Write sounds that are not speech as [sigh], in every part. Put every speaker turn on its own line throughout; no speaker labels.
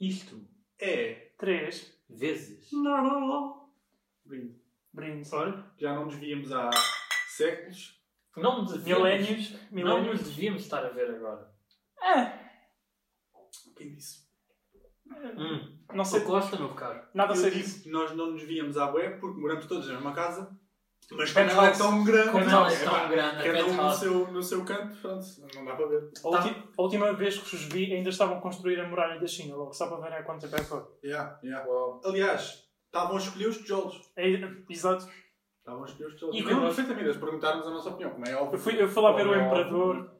Isto é
Três.
Vezes.
Normal.
lindo.
Brinde.
Olha, já não nos víamos há séculos.
Não nos devíamos,
Milénios.
não
Milénios.
nos devíamos estar a ver agora.
É.
Quem disse?
Hum.
Não sei.
Costa, meu caro.
Nada
Eu
sei
disse
disso.
que nós não nos víamos à web porque moramos todos na mesma casa. Mas
Penthouse.
Canela é tão grande.
Como
não,
ela
é
é
pá,
tão grande,
Cada um no
Penthouse.
seu, no seu canto, pronto, não dá para ver.
A, ulti- a última vez que os vi ainda estavam a construir a muralha da China, logo só para ver há quanto tempo é que foi.
Yeah, yeah.
Uau.
Aliás, estavam a escolher os tijolos.
É, exato.
Estavam a escolher os tijolos.
E
E
quando-
quando perfeitamente, eles perguntaram-nos a nossa opinião, como é óbvio.
Eu fui, eu fui lá ver o
Como é
Imperador,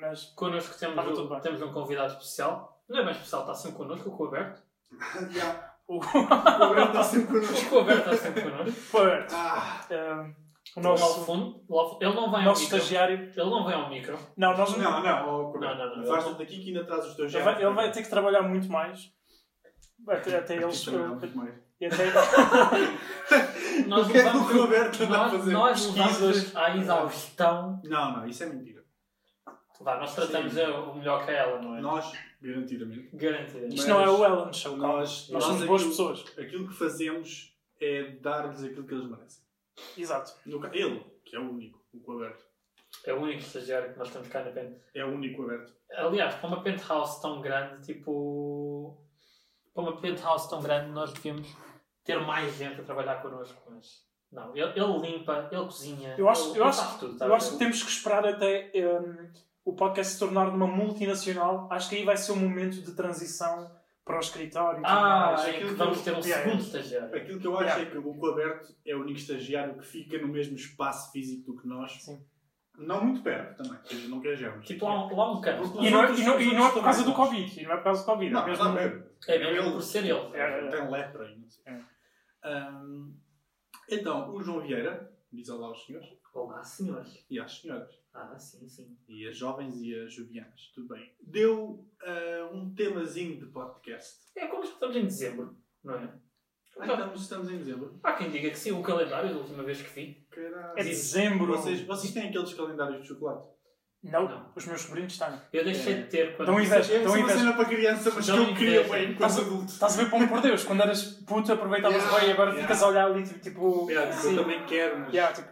mas
Connosco temos,
Estava
o-
tudo bem.
temos um convidado especial. Não é mais especial, está sempre connosco, o Coberto.
[laughs] Yeah.
o
O Gabriel está sempre
[laughs] O
connosco.
Coberto está sempre connosco.
Perto,
Ah,
ehm, o
Lá ao
nosso,
fundo, lá ao fundo. Ele não vem ao
nosso
micro.
estagiário.
Ele não vem ao micro.
Não, nós
não, não, oh,
Não,
Gabriel,
não, não.
Afasta-te daqui que ainda traz os teus
Ele
genes.
vai, ele vai ter que trabalhar muito mais. Até, até
Isto
eles.
também dá muito mais.
e até,
Nós
O que é que
levamos-
o Roberto anda a
nós,
fazer?
nós
Pesquisas.
levamos à exaustão.
Não, não, isso é mentira.
Vá, nós tratamos
Sim.
a- o melhor que ela, não é?
Nós, garantidamente,
Garantidamente.
isto não é o Ellen Show, calma.
nós,
Nós, somos boas
aquilo,
pessoas.
aquilo que fazemos é dar-lhes aquilo que eles merecem.
Exato.
No ca- ele, que é o único, o coberto.
É o único estagiário que nós temos cá na Penthouse.
É o único aberto.
Aliás, para uma penthouse tão grande, tipo. Para uma penthouse tão grande, nós devíamos ter mais gente a trabalhar connosco, mas. Não, ele, ele limpa, ele cozinha,
Eu acho-
ele,
eu
ele
acho-
faz tudo. tá
Eu
a
acho que
ver?
temos que esperar até hum, o podcast se tornar numa multinacional. Acho que aí vai ser um momento de transição para o escritório. e tudo
Ah,
mais.
é que
aquilo que
vamos
eu-
ter um
Yeah,
segundo estagiário.
Aquilo que eu acho é que o coberto é o único estagiário que fica no mesmo espaço físico do que nós.
Sim.
Não muito perto também, ou seja, não queremos.
Tipo, lá, um- lá um canto.
E não, é- e não- e não é por causa do Covid. E não é por causa do Covid.
Não,
é
mas
mesmo-
não é.
É mesmo por ser ele.
É, é.
Tem lepra e não sei.
É.
Ahm, então, o João Vieira, diz olá aos senhores
Olá, senhores.
e às senhoras.
Ah, sim, sim.
e as jovens e as jovianas, tudo bem. Deu ah, um temazinho de podcast.
É como estamos em dezembro, não é?
Ah,
Então.
estamos, estamos em dezembro.
Há quem diga que sim, o calendário da última vez que vi.
Caralho.
É dezembro.
Vocês, vocês têm aqueles calendários de chocolate?
Não,
Não.
os meus sobrinhos têm.
Eu deixei
É.
de ter quando.
Dão
É
inveja. Dão
uma
inveja.
cena para criança, mas que
Dão
eu queria
inveja.
bem enquanto
Estás a-
adulto.
Estás a ver, pão por Deus, quando eras puto aproveitavas
Yeah,
bem e agora
yeah.
ficas a olhar ali tipo. tipo
Yeah, tipo,
Sim.
Eu também quero, mas.
yeah, tipo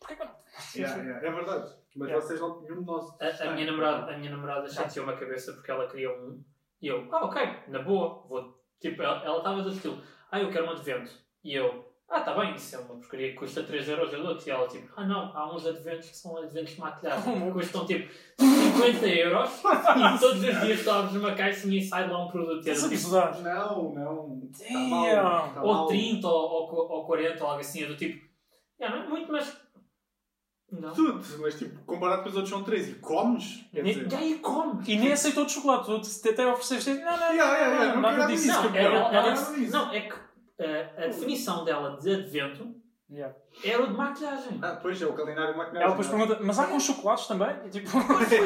porquê que eu não?
Yeah, yeah, É verdade. Mas
Yeah.
vocês não nenhum de nós.
A, a
tem.
minha namorada, a minha namorada chateou-me a cabeça porque ela queria um. E eu, ah, ok, na boa, vou. Tipo, ela ela estava do estilo, ah, eu quero um advento. E eu, ah, tá bem, isso é uma porcaria que custa 3 euros, eu dou-te. E ela, tipo, ah, não, há uns adventos que são adventos de maquilhagem, que custam tipo 50 euros
[laughs]
e [laughs] todos os dias tu abres uma caixinha e sai lá um produto. E era,
Estás
é
a
tipo,
gozar.
Não, não. Tá
Damn.
mal, tá
ou
mal.
30 ou, ou, co- ou 40 ou algo assim, é do tipo, "Ya, não é muito, mas. Não.
Tudo, mas tipo, comparado com os outros são três e comes? Quer
Ni-
dizer.
E aí come!
E nem aceitou de chocolate, tu te- até ofereceste. Não, não, não,
Yeah, yeah, yeah,
não,
não
nada
quero
disso.
isso. é
Não,
campeão.
É, ela- ela-
Nada disso.
não, é que eh, a definição dela de advento
Yeah.
era o de maquilhagem.
Ah, pois é, o calendário maquinado.
Ela
[laughs]
depois pergunta, mas há com chocolates também? E tipo,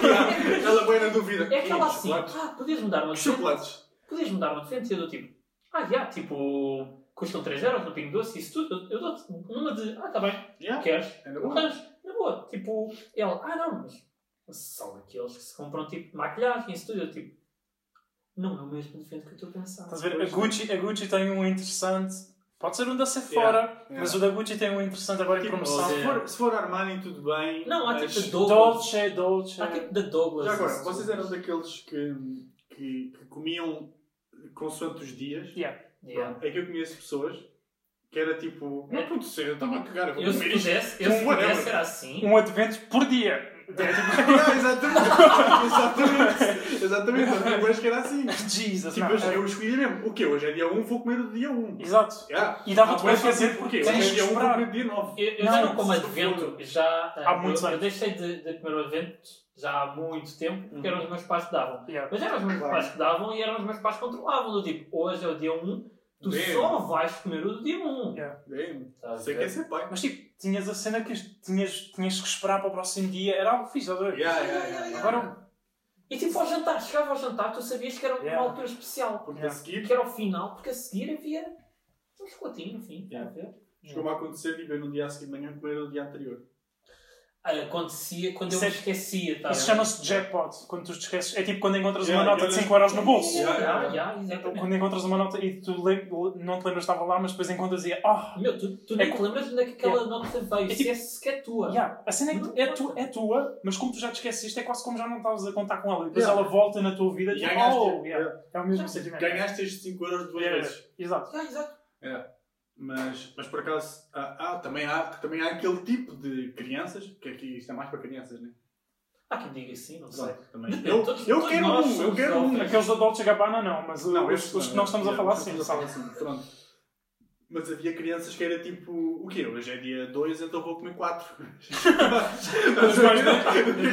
Ela bem na dúvida.
É aquela
Ih,
assim,
chocolates.
ah, podias mudar um
Que
advento?
chocolates.
Podias mudar um advento? E eu do tipo, ah, já, tipo, custam 3 euros no Pingo Doce, isso tudo, eu dou-te numa de, ah, tá bem,
Yeah.
queres?
Ainda
Um
bom.
rancho, na boa. Tipo, ela, ah, não, mas são aqueles que se compram, tipo, maquilhagem, isso tudo, eu tipo, não é o mesmo advento que eu estou a pensar.
estás a ver, a Gucci, a Gucci tem um interessante. Pode ser um da Sephora, mas o da Gucci tem um interessante agora em
Tipo,
promoção.
se, for, se for Armani, tudo bem.
Não, há
mas-
tipo de Douglas.
Dolce, Dolce.
Há tipo da Douglas.
Já agora,
isso
vocês
tudo.
eram daqueles que, que, que comiam consoante os dias?
Yeah.
Yeah.
É que eu conheço pessoas que era tipo, não pode ser, eu estava a cagar, eu vou
Eu se
comer isto.
pudesse, eu se
Um whatever.
pudesse era assim.
Um advento por dia.
[laughs] é Não, [laughs] exatamente, exatamente, exatamente, eu acho que era assim.
Jesus,
Tipo,
não.
eu, eu escolhi mesmo, o quê? Hoje é dia 1, vou comer o dia 1.
Exato.
Yeah.
E dava-te
Ah,
bem
mas
fazer
porquê?
tens
Hoje é
que
dia 1, vou
esperar.
comer o dia 9.
Eu, eu
Não,
já não como
isso
advento, já
Há
ah,
muitos
eu, eu
anos.
deixei de, de comer o advento já há muito tempo, porque
Uhum.
eram os meus pais que davam.
Yeah.
Mas eram os meus
Claro.
pais que davam e eram os meus pais que controlavam. Do tipo, hoje é o dia 1, tu
Bem.
só vais comer o do dia 1.
Yeah.
Bem,
Tá a
Você
ver?
quer é ser pai.
Mas tipo, tinhas a cena que tinhas, tinhas que esperar para o próximo dia, era algo fixe, estás a ver?
Yeah, é. yeah, yeah, yeah.
Agora,
E tipo, ao jantar, chegava ao jantar, tu sabias que era uma
é Yeah.
altura especial.
Porque
Yeah.
a seguir,
Que era o final, porque a seguir havia um chocolatinho, enfim.
Yeah.
tá a ver?
É.
tipo, chegou-me a acontecer viver no dia a seguir de manhã comer o dia anterior.
acontecia quando
Isso
eu
é-
me esquecia. Tá?
Isso chama-se jackpot, quando tu te esqueces. É tipo quando encontras
Yeah,
uma nota de
yeah.
5 euros no bolso.
Yeah.
Já, já,
Então,
exatamente.
Quando encontras uma nota e tu lem- não te lembras que estava lá, mas depois encontras e é, oh,
Meu, tu, tu
É
nem
co-
te lembras de onde é que aquela nota veio,
É
se
tipo-
é sequer tua.
yeah, a cena é, que tu- é, tu- é tua, mas como tu já te esqueceste, é quase como já não estavas a contar com ela. E depois
Yeah.
ela volta na tua vida e tu,
Ganhaste- tipo,
oh, yeah. é o mesmo
Yeah.
sentimento.
Ganhaste estes 5 euros duas
Yeah.
vezes.
Exato.
Já, Ah, exato.
Mas, mas por acaso, há, há- também, há, também há aquele tipo de crianças, que aqui isto é mais para crianças, né?
Há quem diga assim, não sei.
Pronto, também.
Depende,
Eu,
todos-
eu
todos
quero
nós
um, eu
somos
quero um.
jovens.
Aqueles da Dolce Gabbana "Ah, não, mas eh, os,
estes
os que nós estamos a
é,
falar
os que
sim,
estamos a
sabe?
falar sim, Pronto. Mas havia crianças que era tipo, o quê? Hoje é dia 2, então vou comer 4.
[laughs] Mas mais dois- mais dois-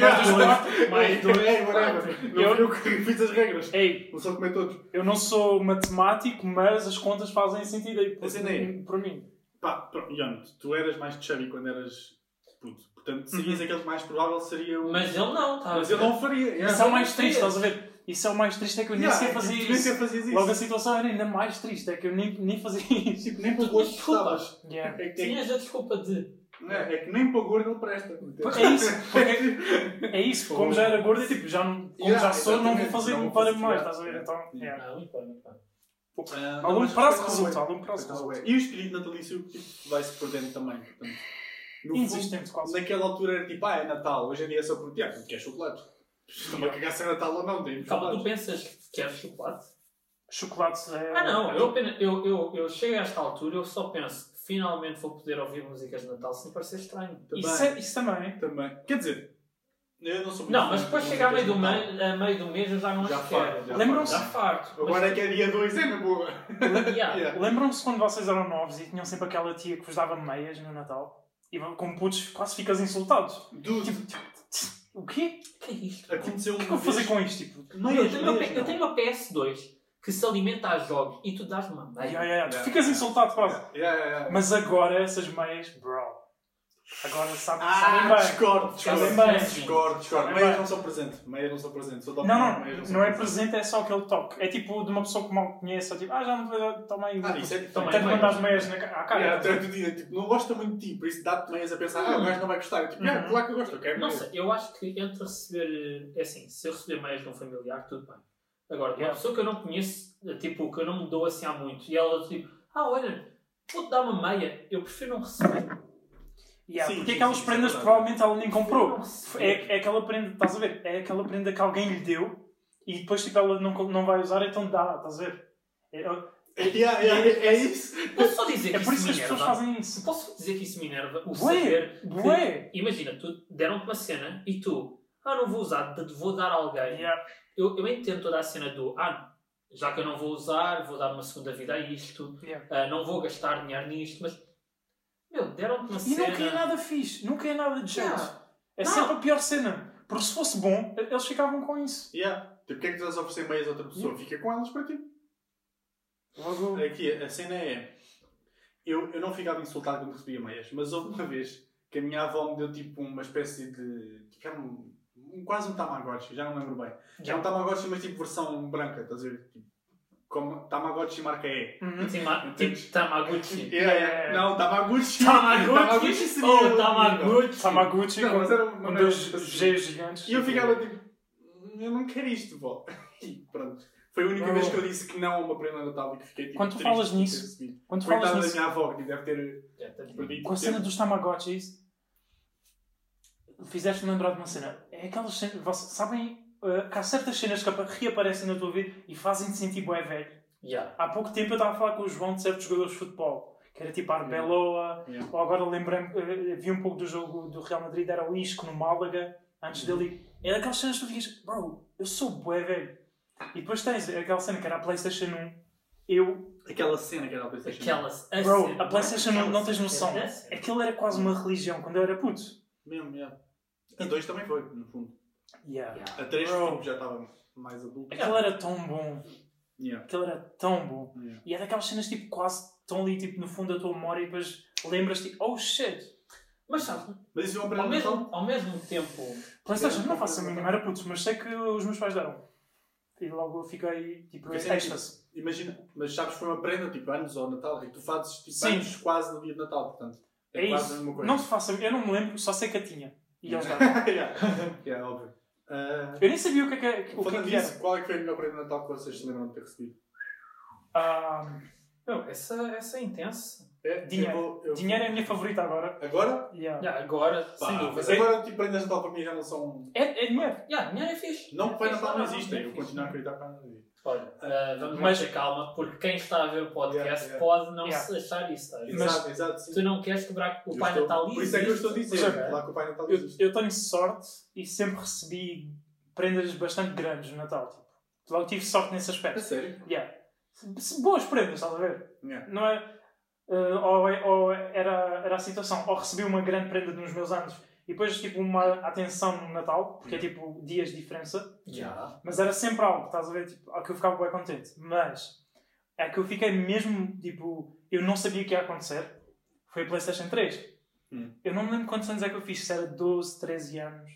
[laughs] mais
mais
2,
dois-
whatever. Não
Eu-
eu que fiz as regras.
Ei,
Vou só tipo, comer todos.
eu não sou matemático, mas as contas fazem sentido aí por,
Assim é.
por mim.
Pá, pronto, Ian, tu eras mais de chubby quando eras puto. Portanto, serias
Uhum.
aquele que mais provável seria o.
Mas ele não, tá? a
Mas eu
ver?
não faria. yeah. Então,
Isso é o mais triste, estás a ver? Isso é o mais triste, é que eu nem
Yeah,
sei
é,
fazer
tu
isso.
Nem sequer fazias isso.
Logo a situação era ainda mais triste, é que eu nem, nem fazia [laughs] isso.
Tipo, nem para o gosto
Desculpa.
estavas.
Yeah.
É que,
Tinhas a desculpa de.
é, é que nem para o gordo ele presta.
É isso, porque- é isso, como já era gordo, é tipo, já, não- como
Yeah,
já sou, não vou
exatamente,
fazer
não vou
para
fazer,
mais,
yeah.
estás a ver? Então, yeah.
Ah, muito bem, muito bem.
Ah,
A longo
mas
prazo
foi
resulta,
tal
a longo
way.
prazo
Foi tal
resulta.
way. E o espírito natalício tipo, vai-se perdendo também. Portanto, no fundo,
Inexistente quase.
naquela altura era tipo, ah, é Natal, hoje em dia é só por tiago, porque é chocolate. Estão a cagar se é Natal ou não, tem
Calma, tu
chocolate.
pensas que queres chocolate?
Chocolate é.
Ah não, eu, apenas, eu, eu, eu chego a esta altura eu só penso finalmente vou poder ouvir músicas de Natal sem parecer estranho.
Também.
Isso, é- isso também.
Também. Quer dizer, eu não sou muito
Não,
fã
mas
de
depois
músicas
chega a meio do,
de Natal.
mei- a meio do mês eu já não
Já
as
farto,
quero.
já
Lembram-se-
Já farto.
Agora é que é dia 2, é na boa.
mas, yeah.
[laughs] Yeah.
Lembram-se quando vocês eram novos e tinham sempre aquela tia que vos dava meias no Natal? E com putos quase ficas insultados.
Dude,
Tipo, tipo, tch, o quê?
Que é isto?
aconteceu
O que é que
uma
eu vou fazer
vez.
com isto? Tipo,
Meias,
eu, tenho uma,
meias,
eu tenho uma PS2 que se alimenta a jogos e tu dás uma meia.
yeah, yeah, yeah.
Yeah.
Tu ficas insultado
não.
quase.
Yeah, yeah, yeah.
Mas agora essas meias, bro. Agora sabe, sabem
Ah,
bem.
discordo,
Sabem
discordo.
bem.
assim,
Discordo, discordo.
Sabem
Meias
bem.
não são presente. Meias não são presente. Sou da
Não,
opinião que
não,
meias
não
são
é
presente.
presente, é só aquele toque. É tipo de uma pessoa que mal conhece, é tipo, ah, já não vou tomar aí.
Ah, isso é
Também.
Tanto mandar as então meias na ca- à cara. é Hum.
Yeah, até outro dia, tipo, não gosta muito de ti, por isso dá-te meias a pensar, ah, o gajo não vai gostar. Eu, Tipo, yeah,
Uhum.
claro que eu gosto, eu quero
Não
meias.
sei, eu acho que entre receber. É assim, se eu receber meias de um familiar, tudo bem. Agora, uma
Yeah.
pessoa que eu não conheço, tipo, que eu não me dou assim há muito, e ela tipo, ah, olha, vou-te dar uma meia, eu prefiro não receber.
Yeah,
Sim,
porque
sim,
aquelas
sim, isso é
prendas
verdade.
provavelmente ela nem
Prefiro
comprou.
não receber.
É, é aquela prenda, estás a ver? É aquela prenda que alguém lhe deu e depois tipo ela não, co- não vai usar, então dá, estás a ver? É, é
Yeah, yeah, é, é isso.
Posso só dizer que
por
isso me
isso que as
é
pessoas
enerva?
fazem isso.
Posso só dizer que isso me enerva? O saber.
Bué, bué.
Imagina, tu deram-te uma cena e tu, ah, não vou usar, te- vou dar a alguém.
Yeah.
Eu, eu entendo toda a cena do, ah, já que eu não vou usar, vou dar uma segunda vida a isto,
Yeah.
ah, não vou gastar dinheiro nisto, mas. Meu, deram-te uma
E
cena.
nunca é nada fixe, nunca é nada de jeito.
Yeah.
É
Não.
sempre a pior cena. Porque se fosse bom, eles ficavam com isso.
Yeah. Tipo, porque é que tu estás a oferecer meias a outra
Hum.
pessoa? Fica com elas para ti.
Logo.
Aqui, a cena é. Eu, eu não ficava insultado quando recebia meias, mas houve uma vez que a minha avó me deu tipo uma espécie de. Tipo, era um, um- quase um Tamagotchi, já não lembro bem. Já é um Tamagotchi, mas tipo versão branca, estás a ver? Tipo, como Tamagotchi marca E.
Uhum.
Sim, ma- Tipo
[laughs]
É,
Tamaguchi.
Yeah, yeah. Não, Tamagotchi.
Tamaguchi
Tamagotchi seria
Oh,
ou
o-
Tamaguchi?
Tamaguchi
Não,
com,
mas era uma
com
maneira
dois
de-
G gigantes.
E eu ficava tipo, eu não quero isto, vó. [laughs] E pronto. Foi a única
Não.
vez que eu disse que não a uma prenda de Natal e que fiquei tipo.
Quando tu
triste
falas
por ter
nisso,
recebido.
Quando falas
Coitada da
nisso,
minha avó, que deve ter eh,
Yeah, tá-
perdido.
com a cena
tempo.
dos Tamagotchis, fizeste-me lembrar de uma cena. É aquelas cenas. Vocês sabem eh, que há certas cenas que apa- reaparecem na tua vida e fazem-te sentir bué velho.
Yeah.
Há pouco tempo eu estava a falar com o João de certos jogadores de futebol, que era tipo a Arbeloa,
Yeah.
ou agora lembrei-me, eh, vi um pouco do jogo do Real Madrid, era o Isco no Málaga, antes dele. Era aquelas cenas que tu dizias, bro, eu sou bué velho. E depois tens aquela cena que era a PlayStation 1. Eu
Aquela cena que era a PlayStation.
Aquela.
É
a
Bro,
cena,
a PlayStation não-
é? aquela
não tens
cena,
noção. É
a cena.
Aquilo era quase uma religião quando eu era puto.
Mesmo, yeah. A 2 também foi, no fundo.
Yeah.
Yeah.
A 3
Bro.
já estava mais adulto.
Aquilo era tão bom.
Yeah.
Aquilo era tão bom.
Yeah.
E é daquelas cenas tipo quase tão ali tipo, no fundo da tua memória e depois lembras-te, oh shit.
Mas sabe,
Mas isso é uma prenda
ao
de Natal.
mesmo, ao mesmo tempo.
PlayStation,
Yeah.
não faço a mínima, era puto, mas sei que os meus pais deram. E logo eu fiquei tipo,
Porque sempre-
êxtase.
Imagina, mas sabes que foi uma prenda tipo anos ao Natal e tu fazes tipo
Sim.
anos quase no dia de Natal, portanto.
É
quase a
isso.
mesma coisa.
Não te faço a Eu não me lembro, só sei que a tinha.
[laughs]
E eles davam.
yeah. [laughs] yeah, óbvio. Ah,
Eu nem sabia o que é que, é- o que, é
Falando
que era.
disso, qual é que foi o melhor prémio de Natal que vocês se lembram de ter recebido?
Ah,
Meu, essa, essa é intensa.
É,
Dinheiro.
eu vou- eu-
dinheiro é a minha favorita agora.
Agora?
Yeah.
Já, agora,
Pá,
sem dúvida.
mas agora, tipo, prendas de Natal para mim já não são...
É, é dinheiro.
Já, dinheiro é fixe.
Não que Pai
É fixe,
Natal não exista,
é
eu
fixe.
continuo a acreditar que Pai Natal existe.
Olha, ah, vamos
Mas-
mas... ter calma, porque quem está a ver o podcast
Yeah, yeah.
pode não
Yeah.
se achar isso. Tá?
Mas-
Exato, exato, sim.
Tu não queres quebrar o
Eu
Pai
estou-
Natal
Por isso é que eu estou a
existe.
dizer,
Ok.
lá que o Pai Natal
Eu,
existe.
eu tenho sorte e sempre recebi prendas bastante grandes no Natal. Tipo. Logo tive sorte nesse
É
aspecto.
sério?
Yeah. Se- Boas prendas, estás a ver?
Yeah.
Não é? eh, ou é- ou era, era a situação, ou recebi uma grande prenda nos meus anos e depois tipo uma atenção no Natal, porque é tipo dias de diferença,
Já.
mas era sempre algo, estás a ver? Tipo, ao que eu ficava bem contente. Mas é que eu fiquei mesmo tipo, eu não sabia o que ia acontecer. Foi a PlayStation 3.
Hum.
Eu não me lembro quantos anos é que eu fiz, se era 12, 13 anos.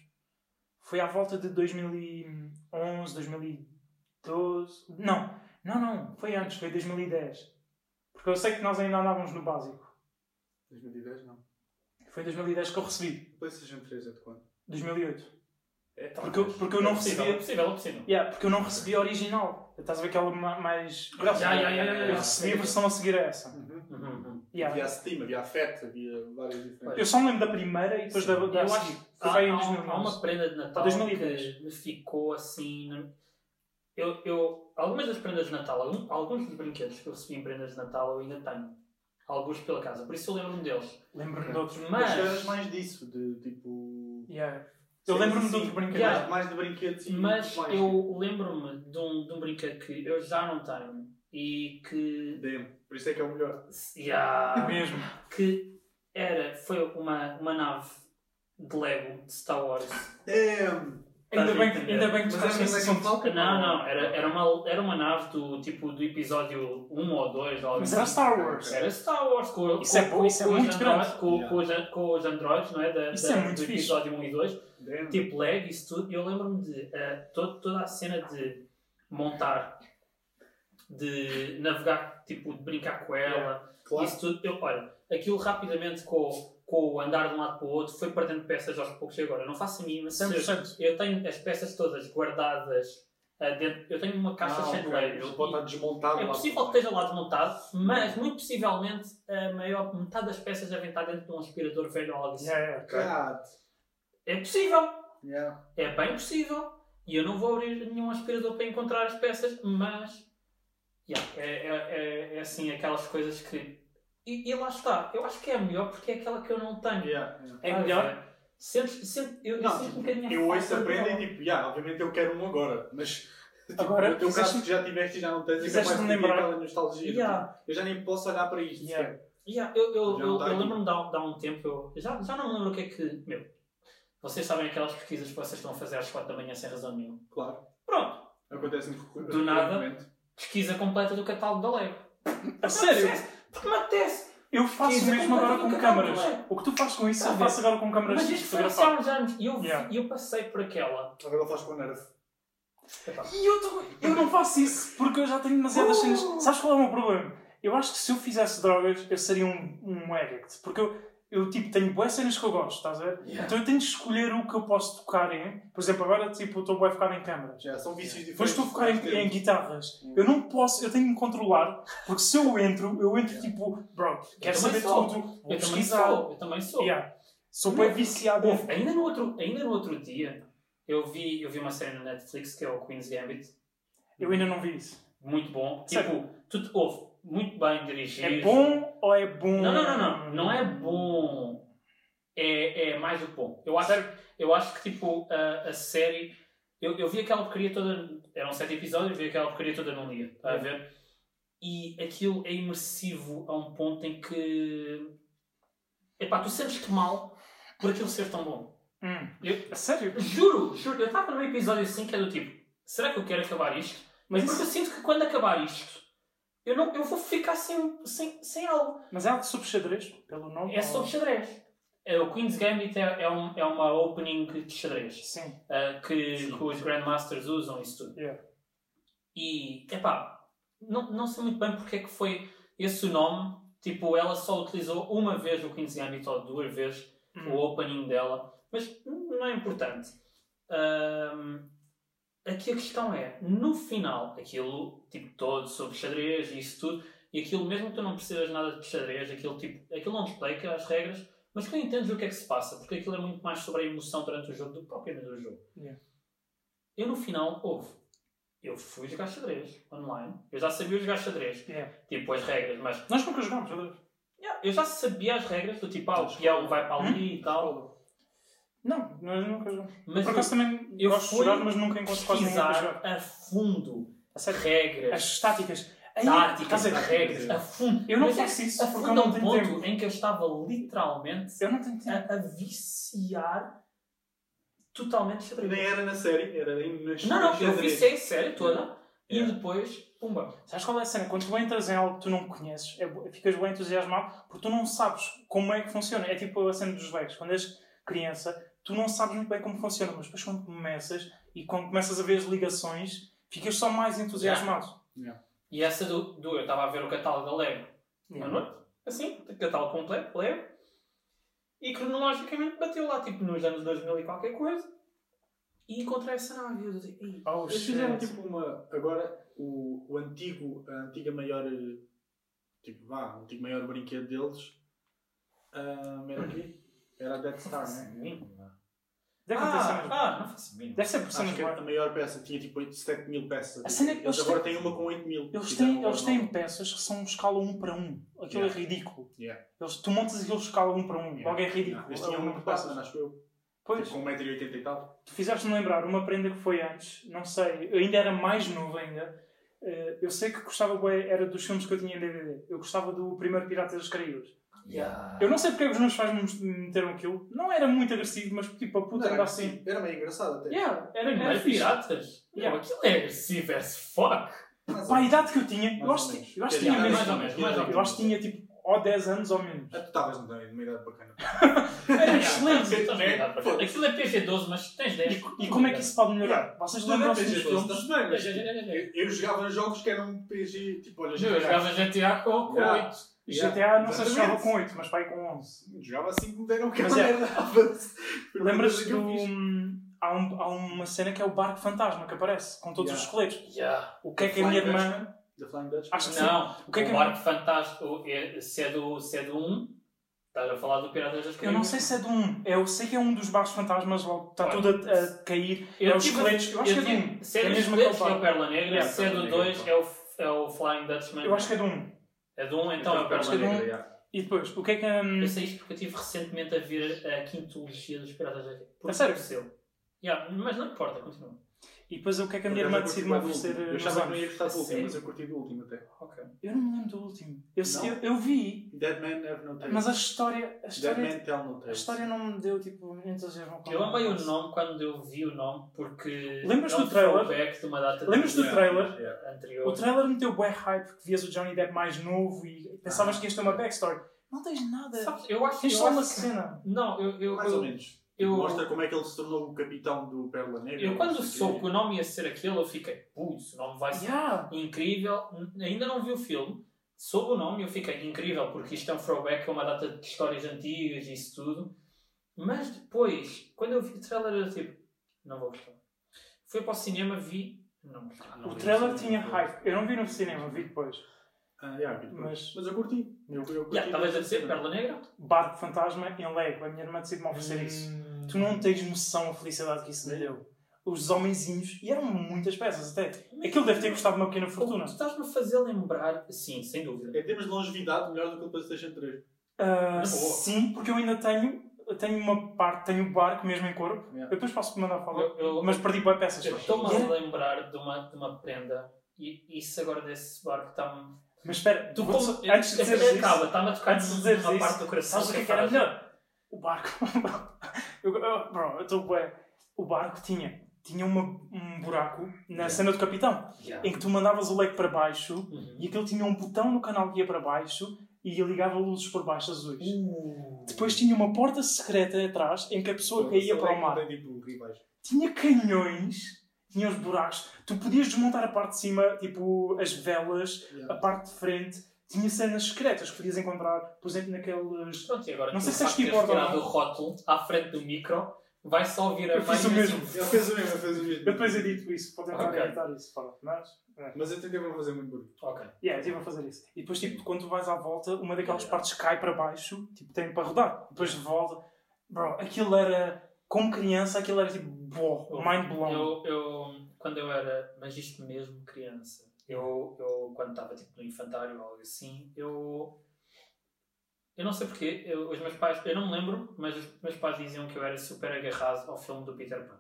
Foi à volta de 2011, 2012. Não, não, não, foi antes, foi 2010. Porque eu sei que nós ainda andávamos no básico.
2010 não.
Foi em 2010 que eu recebi,
PlayStation 3 é de quando?
2008.
É,
Porque eu, porque eu não
é possível, é
recebia.
possível, é possível.
Yeah, porque eu não recebi a original. Estás a ver aquela ma- mais. grossa?
Já, já, já, já, já.
Eu recebi a versão a seguir a essa.
Uhum.
Uhum, uhum.
Yeah.
Havia a Steam, havia a FET, havia várias diferentes.
Eu só me lembro da primeira e depois da, da
Eu
a
acho
seguir.
que
Foi
há,
bem em
há-
2011.
há uma prenda de Natal
Ou 2010.
que me ficou assim. não- Eu, eu, algumas das prendas de Natal, algum- alguns dos brinquedos que eu recebi em prendas de Natal eu ainda tenho. Alguns pela casa, por isso eu lembro-me deles.
Lembro-me de outros.
Mas-
Mas tu eras mais disso, de tipo...
Yeah. Eu
Sim,
lembro-me
sim. Tipo,
de outro brinquedo.
Yeah.
Mais, mais de brinquedos e
Mas
mais.
eu lembro-me de um, de um brinquedo que eu já não tenho e que.
DM, por isso é que é o melhor.
Yeah.
É Mesmo.
que era, foi uma, uma nave de Lego de Star
[laughs]
Wars.
DM!
Ainda
a
bem, que-
entender.
ainda bem que
Mas
tu
era
fazes esse
Black and
assunto.
Falcon?
Não, não, era, era, uma, era uma nave do tipo do episódio 1 ou 2 ou algo
Mas
assim.
era Star Wars.
Era Star Wars com,
Isso
com,
é bom,
com-
isso é
com os
muito
androides-
grande.
Com, com os an- com os androides, não é? Da,
Isso
da-
é muito
do
fixe.
episódio 1 e 2,
DM.
tipo lag, isso tudo. E eu lembro-me de eh, to- toda a cena de montar, de navegar, tipo, de brincar com ela.
claro.
Isso tudo, eu, olha, aquilo rapidamente com, o- com o andar de um lado para o outro foi perdendo peças aos poucos e agora. Eu não faço a mínima. se-
100%.
Eu tenho as peças todas guardadas ah, dentro. Eu tenho uma caixa
Ah,
cheia de
ok,
Lego.
Ele pode estar desmontado.
É
lá
possível que
fora.
esteja lá desmontado, mas muito possivelmente a maior metade das peças devem estar dentro de um aspirador velho ou algo assim.
Yeah, yeah.
Caralho.
É possível!
Yeah.
É bem possível. E eu não vou abrir nenhum aspirador para encontrar as peças, mas. yeah, é, é, é, é assim, aquelas coisas que. E, e lá está. Eu acho que é a melhor porque é aquela que eu não tenho.
Yeah, yeah.
É
Ah,
melhor. Sentes, sentes,
é
eu
Não,
sinto um bocadinho. a
Eu ouço
falta
aprendo
dela.
e tipo, yeah, obviamente eu quero um agora, mas [laughs] tipo,
Agora,
no teu caso
fizeste-
que já tiveste e já não tens, é capaz
fizeste-me
de ter
lembrar.
aquela nostalgia.
Yeah,
tipo, eu já nem posso olhar para isto.
Yeah.
sequer.
yeah, eu eu,
Já não
eu,
tá
eu
aqui.
lembro-me de há, de há um tempo, eu já, já não me lembro o que é que. Meu, vocês sabem aquelas pesquisas que vocês estão a fazer às 4 da manhã sem razão nenhuma.
Claro,
Pronto,
acontece-me
Do nada. pesquisa completa do catálogo da Lego.
A sério?
Porque me apetece.
Eu faço
Isso é
mesmo agora com
completamente
câmaras.
completo.
O que tu fazes com isso,
Tá
eu
a
faço agora com câmaras
Mas
de
isto foi há
fotografar.
uns anos e eu, vi-
Yeah.
e eu passei por aquela.
Agora ele faz com o Nerf.
Epá,
E eu, tô- eu não faço isso porque eu já tenho
Oh.
demasiadas cenas. Sabes qual é o meu problema? Eu acho que se eu fizesse drogas, eu seria um, um addict. Porque eu, eu tipo, tenho boas cenas que eu gosto, estás a ver?
Yeah.
Então eu tenho de escolher o que eu posso tocar em. Por exemplo, agora tipo, eu estou bem focado em câmaras.
Já, são vícios
Depois
diferentes. Tipo,
estou a focar em, em guitarras. Eu não posso, eu tenho de me controlar, porque se eu entro, eu entro tipo, bro,
também
quero saber
sou.
tudo, vou
eu também
pesquisar.
sou, eu também sou.
Yeah. Sou bem viciado.
Houve- ainda, no outro, ainda no outro dia eu vi, eu vi uma série na Netflix que é o Queen's Gambit,
Eu ainda não vi isso.
muito bom.
Sério?
Tipo, tudo houve, muito bem dirigido.
É bom ou é bom?
Não, não, não, não. Não é bom. É, é mais do que bom. Eu acho, eu acho que tipo a, a série. Eu, eu vi aquela porcaria toda. Eram sete episódios, eu vi aquela porcaria toda num dia. Está a ver? E aquilo é imersivo a um ponto em que. Epá, tu sentes-te mal por aquilo ser tão bom.
Hum.
Eu-
A Sério?
juro, juro. Eu estava num episódio assim que é do tipo: será que eu quero acabar isto? Mas
Mas,
porque eu
isso-
sinto que quando acabar isto, eu, não, eu vou ficar sem, sem, sem algo.
mas é algo sobre xadrez, pelo nome?
É sobre xadrez. É, O Queen's Gambit é, é, um- é uma opening de xadrez
Sim.
ah, que,
Sim.
que os Grandmasters usam isso tudo.
Yeah.
E, epá, não, não sei muito bem porque é que foi esse o nome. Tipo, ela só utilizou uma vez o Queen's Gambit ou duas vezes
Hum.
o opening dela. Mas não é importante. Ahm, aqui a questão é, no final, aquilo, tipo, todo sobre xadrez e isso tudo, e aquilo, mesmo que tu não percebas nada de xadrez, aquilo, tipo, aquilo não te explica as regras, mas tu entendes o que é que se passa, porque aquilo é muito mais sobre a emoção durante o jogo do que propriamente o jogo.
Yeah.
Eu, no final, houve. Eu fui jogar xadrez online. Eu já sabia jogar xadrez,
Yeah.
tipo, as regras, mas
Nós nunca jogámos, verdade?
Yeah, eu já sabia as regras do tipo, ah,
Da
o
escola.
peão vai para
Hum?
ali e tal.
Não, nós nunca jogámos.
Mas
Por acaso também
eu
gosto de
fui
jogar, mas nunca encontro quase ninguém para jogar.
pesquisar a fundo
A sério,
regras,
as táticas. Aí,
táticas,
estás a ver?
regras, a fundo.
Eu não
Mas é
faço isso
a
porque
fundo
eu
a
não
um
tenho
ponto
tempo.
em que eu estava literalmente
Eu não tenho tempo.
a, a viciar totalmente xadrez.
Nem era na série, era em- nas
Não, não,
nas
eu
xadrez.
viciei sério toda e
Yeah.
depois, pumba.
Sabes qual é a cena? Quando tu entras em algo que tu não conheces, é, bo- ficas bem entusiasmado porque tu não sabes como é que funciona. É tipo a cena dos legos. Quando és criança, tu não sabes muito bem como funciona, mas depois quando começas e quando começas a ver as ligações, ficas só mais entusiasmado.
E essa do, do eu estava a ver o catálogo da Lego
Uhum.
à noite, assim, catálogo completo, Lego, e cronologicamente bateu lá, tipo, nos anos 2000 e qualquer coisa, e encontrei essa nave. e Eu disse, "Ei,
Oh,
Eles fizeram
shit.
tipo uma. Agora, o, o antigo, a antiga maior. eh, Tipo, vá, o antigo maior brinquedo deles. ah, era o quê? Era a Death
não
Star,
faço
né?
mínima."
Deve ter
Ah,
cenas-
ah, não faço mínima.
Deve ser por cenas
Acho que a
boas.
maior peça tinha tipo 8, 7 mil peças.
A cena é que
eles
eles
agora
têm-
têm uma com 8 mil.
Eles têm, eles têm peças que são um escala 1 para 1. Aquilo
Yeah.
é ridículo.
Yeah.
Eles, tu montas aquilo escala 1 para 1. Logo é ridículo.
Eles
É
tinham
uma
muito
peça.
peças, acho eu.
Pois.
Tipo, com 1,80m e tal.
Tu fizeste-me lembrar uma prenda que foi antes, não sei, eu ainda era mais novo ainda. Eh, eu sei que gostava, bué, era dos filmes que eu tinha em DVD. Eu gostava do primeiro Piratas das Caraíbas.
Yeah.
Eu não sei porque é que os meus pais me meteram aquilo. Não era muito agressivo, mas tipo, a puta
Não,
era assim.
Era meio engraçado até.
Yeah, era, era
Mas
É fixe.
piratas?
Yeah.
Não, aquilo é agressivo as fuck.
Mas, é.
Para a idade que eu tinha, eu
Mais ou
acho, que-
menos.
eu acho que
Quer
tinha
dizer,
mais
mesmo.
ou menos, mais ou menos.
Eu acho que tinha tipo, ou 10 anos ou menos.
Ah, Tu estavas numa idade bacana.
Era É excelente.
Eu também. Aquilo é PG-12, mas tens 10.
E, e como é que isso pode melhorar? Vocês
é
lembram-se dos filmes?
filmes?
Eu
tipo, Eu jogava jogos que eram PG, tipo, olha,
jogava GTA com com
Yeah.
oito.
Yeah,
GTA não sei se
exatamente.
jogava com 8, mas vai com 11.
Jogava assim como deram que
Mas é. [laughs] Lembras-te
Lembras-te
do. Há, um- há uma cena que é o barco fantasma que aparece com todos os
Yeah.
esqueletos.
Yeah.
O que é que a minha
Flying
irmã.
The Flying Dutchman?
Acho que sim.
Não,
O
o,
que é que é-
barco fantástico é, se é do, se é do 1, estás a falar do Piratas das
Eu
Caraíbas.
não sei se é de um. Eu sei que é um dos barcos fantasmas logo. Está
Olha.
tudo a, a cair.
Eu
é os
tive-
esqueletos. Eu acho que é de um.
Se é
é
do
mesmo
2
aquele
é o
barco.
Perla Negra,
É,
se é do
Perla Negra,
2
pá.
é o, é o Flying Dutchman.
então. Eu acho que é de um.
É do 1, então é o
acho que
Perla
é do
Negra.
um. E depois, o que é que. hum,
Eu sei isto porque eu estive recentemente a ver a quintologia dos Piratas das Caraíbas.
A sério?
Aconteceu. Yeah, mas não importa, continua.
e depois o que é que a minha irmã decidiu me oferecer
Eu
eh, nos
achava que não ia
anos?
gostar do
A
último, mas
sério?
eu curti do último até.
Ok.
Eu não me lembro do último. Eu, sei- eu,
Não?
eu vi,
Dead Man Have No Tales.
mas a história. A
Dead
história,
Man Tell No
a
Tales.
história não me deu tipo entusiasmo.
Eu amei o nome quando eu vi o nome porque.
Lembras-te
é um
do trailer?
throwback de uma data
Lembras-te
é,
do
de-
trailer?
Yeah.
anterior.
O trailer meteu bué hype porque vias o Johnny Depp mais novo e
Ah.
pensavas que ias ter uma backstory. Não tens nada.
Sabes, eu acho que.
Tens só uma cena.
Não, eu. eu,
Mais ou
eu,
menos.
eu-
Mostra é como é que ele se tornou o capitão do Perla Negra.
eu quando
não sei
soube
o
que
quê.
o nome ia ser aquele, eu fiquei, putz, o nome vai ser
Yeah.
incrível. Ainda não vi o filme. Soube o nome e eu fiquei incrível, porque isto é um throwback a uma data de histórias antigas e isso tudo. Mas depois, quando eu vi o trailer, eu tipo, não vou gostar. Fui para o cinema, vi. Não gostei.
Ah, não,
O
vi
trailer
no
tinha
cinema.
hype. Eu não vi no cinema, vi depois.
Ah, yeah, vi depois.
Mas
Mas eu curti. Eu, eu curti
Yeah, Estavas a
bastante.
dizer Perla Negra?
Barco Fantasma em Lego. A minha irmã decidiu-me oferecer
Hum.
isso.
Hum.
Tu não tens noção a felicidade que isso me deu. Os homenzinhos, e eram muitas peças até. Aquilo deve ter custado uma pequena fortuna.
Tu estás-me a fazer lembrar, sim, sem dúvida.
Em termos de É longevidade, melhor do que o PlayStation 3.
Ah,
Boa.
sim, porque eu ainda tenho, tenho uma parte, tenho o barco mesmo em corpo. Eu
Yeah.
depois posso mandar falar.
Eu- eu-
Mas é. perdi boas peças.
Eu Estou-me
E era-
a lembrar de uma, de uma prenda e isso agora desse barco está-me.
Mas espera,
Tu
vou-
como- é
antes de
a
dizer
prenda
isso,
acaba, está-me a tocar
antes de dizeres
numa
isso,
parte do coração.
sabes o que é que
faz.
era melhor? O barco. [laughs] eu, eu- bro, eu estou bué. O barco tinha, tinha uma, um buraco na
Yeah.
cena do capitão,
Yeah.
em que tu mandavas o leque para baixo
Uhum.
e aquilo tinha um botão no canal que ia para baixo e ligava luzes por baixo azuis.
Uh.
Depois tinha uma porta secreta atrás em que a pessoa caía para o mar.
Tem tipo rivais.
tinha canhões, tinha os buracos, tu podias desmontar a parte de cima, tipo as velas,
Yeah.
a parte de frente, tinha cenas secretas que podias encontrar, por exemplo, naqueles.
Pronto, e agora
Não
tu
sei se é és
sabes que
keyboard ou
tirado
não.
o rótulo à frente do micro vai só vir a
Eu
mãe
fiz o
e
mesmo.
assim,
Ele fez o mesmo, ele fez o mesmo.
Depois edito isso, para tentar
Ok.
editar isso, pá. Mas, é.
Mas eu tentei não fazer muito burro.
Ok.
Yeah, estive a fazer isso. E depois, tipo, quando tu vais à volta, uma daquelas partes cai para baixo, tipo, tem para rodar. Depois de volta, bro, aquilo era, como criança, aquilo era tipo, boh, mind blown.
Oh. Eu, eu, quando eu era, mas isto mesmo criança, eu, eu quando estava tipo no infantário ou algo assim, eu. Eu não sei porquê, eu- os meus pais, eu não me lembro, mas os meus pais diziam que eu era super agarrado ao filme do Peter Pan.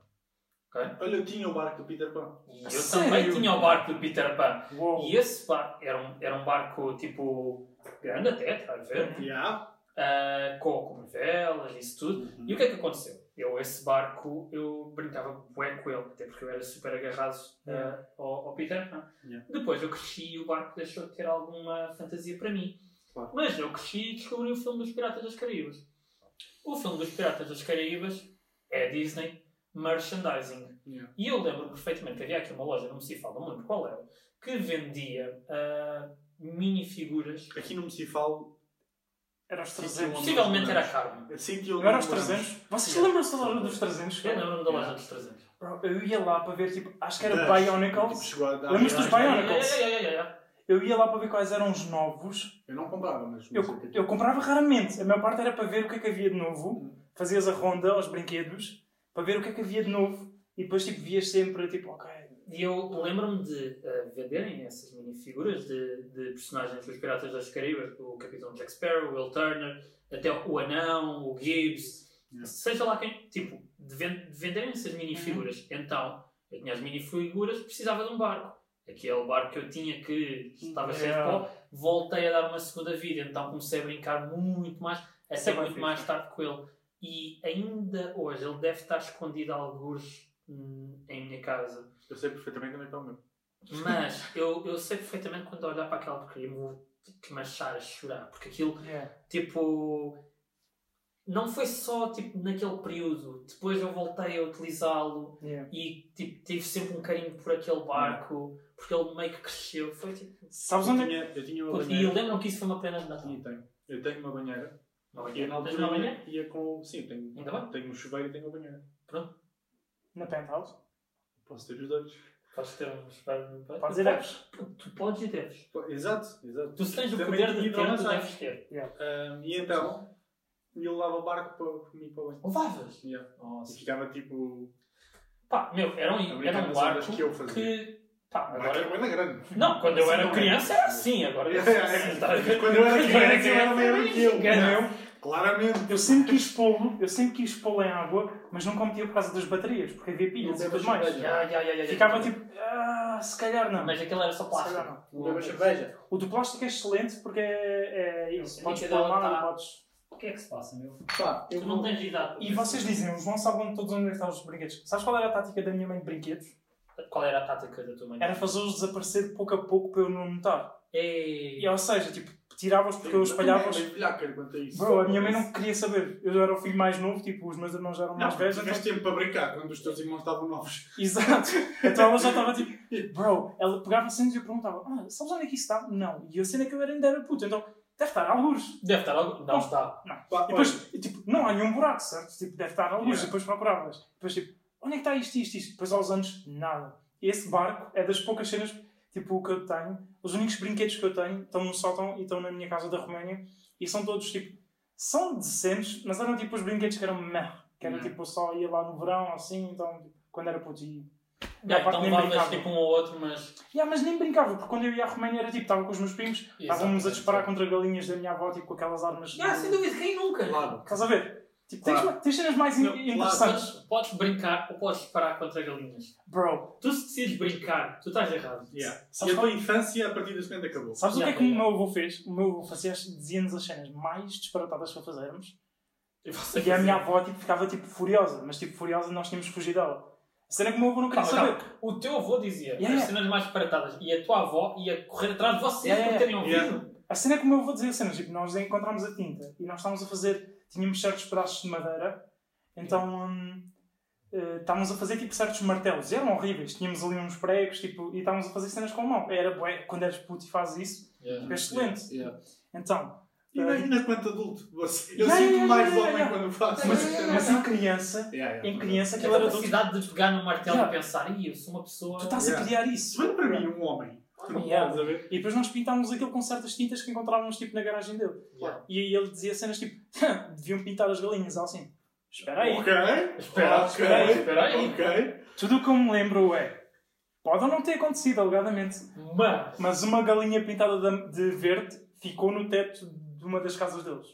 Ok?
Olha, eu tinha o barco do Peter Pan.
E
A
eu
sério?
também tinha o barco do Peter Pan.
Uou.
E esse barco era um, era um barco tipo grande até, estás a ver?
Yeah.
Ah, com, com velas, isso tudo.
Uhum.
E o que é que aconteceu? Eu, esse barco, eu brincava bué com ele, até porque eu era super agarrado eh,
Yeah.
ao, ao Peter Pan.
Yeah.
Depois eu cresci e o barco deixou de ter alguma fantasia para mim.
Claro.
Mas eu cresci e descobri o filme dos Piratas das Caraíbas. O filme dos Piratas das Caraíbas é Disney Merchandising.
Yeah.
E eu lembro perfeitamente que havia aqui uma loja, não me se fala, não me lembro qual era, que vendia ah, minifiguras.
Aqui não me se fala.
Era os
Sim,
300.
sim.
Possivelmente era a Carmen.
Sentiu
Eu era os 300. Vocês
Yeah.
lembram-se da loja dos 300?
Eu lembro-me da loja
Yeah.
dos 300.
Bro, eu ia lá para ver, tipo, acho que era
Dash. Tipo,
Bionicles.
chegou a dar-
Lembras-te dos Bionicles?
É, é, é, é, é.
Eu ia lá para ver quais eram os novos.
Eu não comprava, mas.
Eu,
um
eu comprava raramente. A maior parte era para ver o que é que havia de
Hum.
novo. Fazias a ronda aos brinquedos para ver o que é que havia de novo. E depois, tipo, vias sempre, tipo, ok.
E eu lembro-me de eh, venderem essas minifiguras de, de personagens dos Piratas das Caraíbas, o Capitão Jack Sparrow, o Will Turner, até o Anão, o Gibbs,
Yeah.
seja lá quem. Tipo, de, ven- de venderem essas minifiguras.
Uhum.
Então, eu tinha as minifiguras, precisava de um barco. Aquele barco que eu tinha que estava cheio de
Yeah.
pó, voltei a dar uma segunda vida. Então comecei a brincar muito mais,
Isso é
até
bem
muito
fixe.
mais tarde com ele. E ainda hoje, ele deve estar escondido a alguns hum, em minha casa.
Eu sei perfeitamente onde é que está o meu.
Mas eu, eu sei perfeitamente quando olhar para aquela porcaria me vou te machar a chorar, porque aquilo,
Yeah.
tipo, não foi só tipo, naquele período, depois eu voltei a utilizá-lo
Yeah.
e tipo, tive sempre um carinho por aquele barco, porque ele meio que cresceu. Foi tipo.
Sabes
Eu
onde é
tinha, eu tinha uma
puto, E
banheira.
lembram que isso foi uma pena de Natal.
Sim, tenho. Eu tenho uma banheira.
Não
E eu na
Tens uma banheira?
altura ia com. Sim, tenho,
Ainda bem.
tenho um chuveiro e tenho uma banheira.
Na penthouse?
Posso ter os dois.
Podes ter um espelho no peito.
Podes e deves.
Puto, Tu podes e deves.
Pô, Exato, exato.
Tu se tens o
Também
poder de é? ter,
tinha
tu
hidromassagem.
deves ter.
Ahm, e então, eu levava o barco para comigo para o banho.
Levavas?
Yeah.
Nossa.
E ficava tipo.
Pá, meu, era um,
Também
era
tem
um
as
barco
horas
que
que eu fazia.
Pá,
Agora
agora...
era bem é grande.
Não, quando eu
Assim
era
não é.
criança era assim,
[laughs]
agora eu sou assim, tá a ver?
Quando eu era criança eu era
criança,
maior que eu.
era
Não,
eu.
Claramente.
Eu sempre quis pô-lo, eu sempre quis pô-lo em água, mas nunca o metia por causa das baterias, porque havia pilhas
Não
e tudo
bebas
mais.
cerveja.
Ya, ya, ya, ya, ya.
Ficava tipo, ah, se calhar não.
Mas aquilo era só
Se calhar
plástico.
Não bebas cerveja.
O do plástico é excelente porque é, é isso.
A
Podes
líquida
pôr lá
tá-
e podes.
O que é que se passa, meu?
Pá,
Tu não tens idade.
E vocês dizem, os não sabem todos onde é que estão os brinquedos. Sabes qual era a tática da minha mãe de brinquedos?
Qual era a tática da tua mãe?
Era fazê-los desaparecer de pouco a pouco para eu não notar.
Ei,
E, ou seja, tipo, tirava-os porque eu espalhava-os.
espalhava quanto a isso.
Bro, a minha mãe não queria saber. Eu era o filho mais novo, tipo, os meus irmãos já eram mais
Não,
velhos. então-
tiveste tempo para brincar quando os teus irmãos estavam novos.
Exato. Então ela já estava tipo, bro, ela pegava cenas e eu perguntava, ah, sabes onde é que isso está? Não. E eu cena que eu era ainda era puto, então deve estar alguns.
Deve estar algo. Não está.
Pá,
E depois, e, tipo, não há nenhum buraco, certo? Tipo, deve estar alguns.
Tá Yeah.
E depois procuravas. Depois, tipo, onde é que está isto, isto, isto? Depois aos anos, nada. E esse barco é das poucas cenas, tipo, que eu tenho. Os únicos brinquedos que eu tenho estão no sótão e estão na minha casa da Roménia. E são todos, tipo, são decentes, mas eram tipo os brinquedos que eram merda. Que era
Yeah.
tipo, eu só ia lá no verão, assim, então, tipo, quando era puto. E...
Ya,
Não,
Então
nem
levavas
brincava.
tipo um ou outro, mas.
Yeah, mas nem brincava, porque quando eu ia à Roménia era tipo, estava com os meus primos, estávamos a Ah, disparar contra galinhas da minha avó, tipo com aquelas armas. de-
Ah, sem dúvida, quem nunca?
Claro.
Estás a ver? Tipo, tens,
Claro.
tens cenas mais in-
Não, claro,
interessantes.
Podes, podes brincar ou podes disparar contra galinhas.
Bro,
Tu se decides brincar, tu estás errado.
Yeah. E
sabes,
a
qual-
tua infância, a partir desse momento, acabou.
sabes
Yeah,
o que é que
yeah.
o meu avô fez? O meu avô fazia as- dizia-nos as cenas mais disparatadas para fazermos.
E você
E a minha avó tipo, ficava tipo furiosa, mas tipo furiosa nós tínhamos que fugir dela. A cena que o meu avô não queria
Calma,
saber.
O teu avô dizia
Yeah,
as cenas mais disparatadas e a tua avó ia correr atrás de vocês
Yeah,
por
yeah,
terem ouvido.
yeah.
A cena é que o meu avô dizia cenas, tipo, nós encontramos a tinta e nós estávamos a fazer, tínhamos certos pedaços de madeira, então hum, eh, estávamos a fazer tipo certos martelos, e eram horríveis, tínhamos ali uns pregos, tipo, e estávamos a fazer cenas com a mão. Era bué, quando eras puto e fazes isso,
Yeah.
é excelente.
Yeah.
Então,
E na, e na quanto adulto? Você- Eu
Yeah,
sinto
yeah,
mais
yeah,
homem
yeah.
quando faço.
Mas,
Yeah,
mas em criança,
yeah,
em criança,
Aquela
aquilo era adulto.
capacidade de pegar no martelo
Yeah.
e pensar, ih, eu sou uma pessoa. Ah,
Tu estás a
Yeah.
criar
Se
isso.
bem para mim, um homem.
yeah.
Estás a ver?
E depois nós pintámos aquilo com certas tintas que encontrávamos tipo na garagem dele.
Yeah.
E aí ele dizia cenas tipo, deviam pintar as galinhas, ou assim. Espera aí.
Ok.
Espera,
Ok.
espera aí, espera aí.
Ok.
Tudo o que eu me lembro é. Pode ou não ter acontecido, alegadamente.
Mas,
Mas uma galinha pintada de, de verde ficou no teto de uma das casas deles.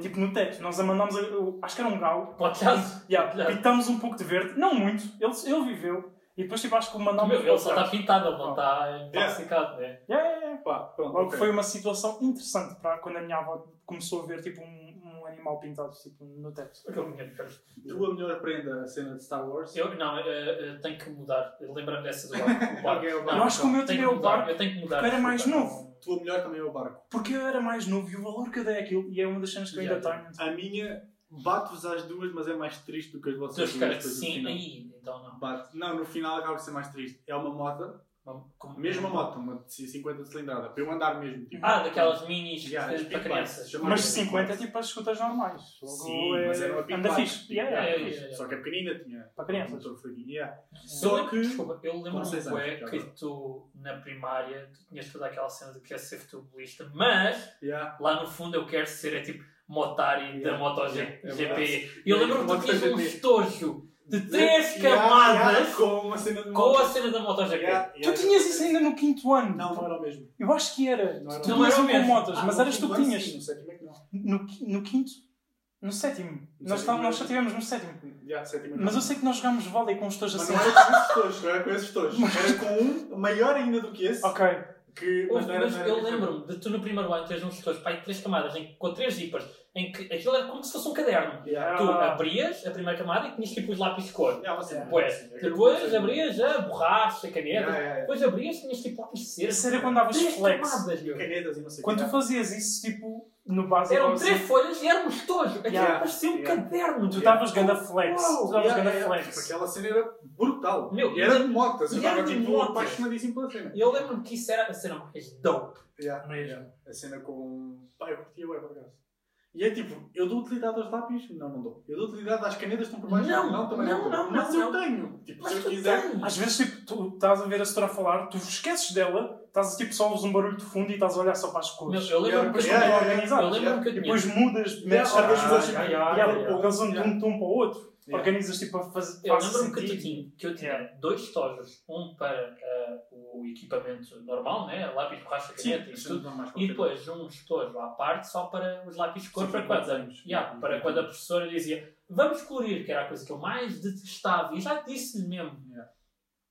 Tipo, no teto. Nós a mandámos. A, eu- acho que era um galo.
pode ser.
Yeah,
Claro.
Pintámos um pouco de verde. Não muito. Ele, ele viveu. E depois, tipo, acho que o mandámos.
Meu,
para
ele só tá está
trás.
pintado, ele não
Oh.
está intoxicado, né?
Yeah, yeah, yeah.
Pá, pronto.
Logo
ok.
foi uma situação interessante para quando a minha avó começou a ver tipo um, um animal pintado tipo, no teto.
Porque eu conheço perfeito.
Tu a melhor prenda a cena de Star Wars.
Eu, não, eu, eu tenho que mudar. Lembra-me dessa do barco. O barco.
Ok, o
Não,
eu acho que o meu
eu tenho
tirei
que
o
mudar.
barco
Eu tenho que mudar.
porque era mais
desculpa.
novo.
Tua melhor também é o barco.
Porque eu era mais novo e o valor que eu dei àquilo e é uma das cenas que eu ainda
Yeah,
tenho. tipo,
A minha bate-vos às duas, mas é mais triste do que as vossas
Deus, cara,
depois do
sim,
final.
aí. Então não.
Bate. Não, no final acaba de ser mais triste. É uma moto,
Não, como-
a mesma moto, uma de 50 de cilindrada, para eu andar mesmo. Tipo.
Ah, daquelas minis
Yeah,
de-
as
para
big
crianças.
bikes, chamava
Mas
big
50 é
bikes.
tipo as escutas normais. Logo é
Sim, mas era uma É. big
Anda
bike,
fixe.
tipo,
Yeah, yeah,
yeah,
fixe.
yeah, yeah.
Só que a pequenina tinha.
Para crianças.
Motor fraquinho, yeah.
Só
Só que-
Desculpa, eu
Com
lembro-me
seis
bué
anos, já
que
agora.
tu, na primária, tu tinhas toda aquela cena de querer ser futebolista, mas
Yeah.
lá no fundo eu quero ser, é tipo, Motari da
Yeah.
MotoGP.
Yeah, é
e eu lembro-me que tu tinhas um estojo de três camadas
com uma cena de
com a
moto.
cena da MotoGP.
Yeah, yeah.
Tu tinhas isso ainda no quinto ano?
Não, não era o mesmo.
Eu acho que era.
Não era
tu
mesmo.
o
tinhas um
Não era
com
o mesmo.
motas, mas
Ah,
eras tu
no
que
quinto ano,
tinhas.
sim, No sétimo é que não.
No, qui- no quinto? No sétimo.
No
nós,
sétimo.
tá- nós só tivemos no sétimo.
Yeah, sétimo é que
Mas
não.
eu sei que nós jogámos vôlei com os tojos
Mas
assim.
não é era com esses dois, não era com esses dois. Era com um maior ainda do que esse.
Ok.
Que,
Mas,
não era- não era
eu
com esse.
lembro-me de tu no primeiro ano teres um estojo pai, de três camadas em, que- com três zippers, em que aquilo era como se fosse um caderno.
Yeah.
Tu
Ah.
abrias a primeira camada e tinhas tipo os lápis de cor.
Yeah, você-
Bué.
assim, é que
Depois
você-
abrias a borracha, a caneta.
Yeah, yeah, yeah.
Depois abrias, tinhas tipo lápis de cera.
Isso era quando davas
Três
flex.
camadas, meu.
Canetas e não sei o
Quando
quê.
tu fazias isso, tipo, no básico,
Eram
assim,
três folhas e era um estojo. Aquilo
Yeah.
parecia um
Yeah.
caderno.
tu davas ganda flex.
Uau,
tu davas
yeah,
ganda
yeah, yeah.
flex.
Aquela cena era brutal.
Meu,
e era de motas.
e é
Eu
era
estava
de
tipo
motas.
apaixonadíssimo pela cena.
E eu lembro-me que isso era a cena mais dope.
Yeah,
Mesmo.
yeah. A cena com. Pá, eu curtia o por acaso. E é tipo, eu dou utilidade aos lápis? Não, não dou. Eu dou utilidade às canetas que estão por baixo?
Não, não,
dou.
não,
Mas
não,
eu
não.
tenho. Tipo,
Mas
se eu
tu
quiser.
tens.
Às vezes, tipo, tu estás a ver a senhora falar, tu esqueces dela, estás tipo, só ouves um barulho de fundo e estás a olhar só para as
Meu,
cores.
eu lembro-me que eu
Yeah,
tinha.
yeah, yeah.
Eu lembro-me que
E
eu tinha.
depois mudas, metes
Yeah,
certas
ah, yeah,
coisas, tipo,
yeah,
yeah,
yeah,
porque eles vão de um tom para o outro.
Yeah.
Organizas, tipo, a fazer.
Eu
faz
lembro-me que,
sentido.
tu tinha- que eu tinha
Yeah.
dois estojos, um para ah, o equipamento normal, né? lápis, borracha, caneta e
Sim,
tudo,
não mais
e
qualquer
depois um estojo à parte só para os lápis de cor
Sim,
para
para
quantos
quatro
anos?
anos.
Yeah, para quando a professora dizia vamos colorir, que era a coisa que eu mais detestava, e já disse-lhe mesmo né,
Yeah.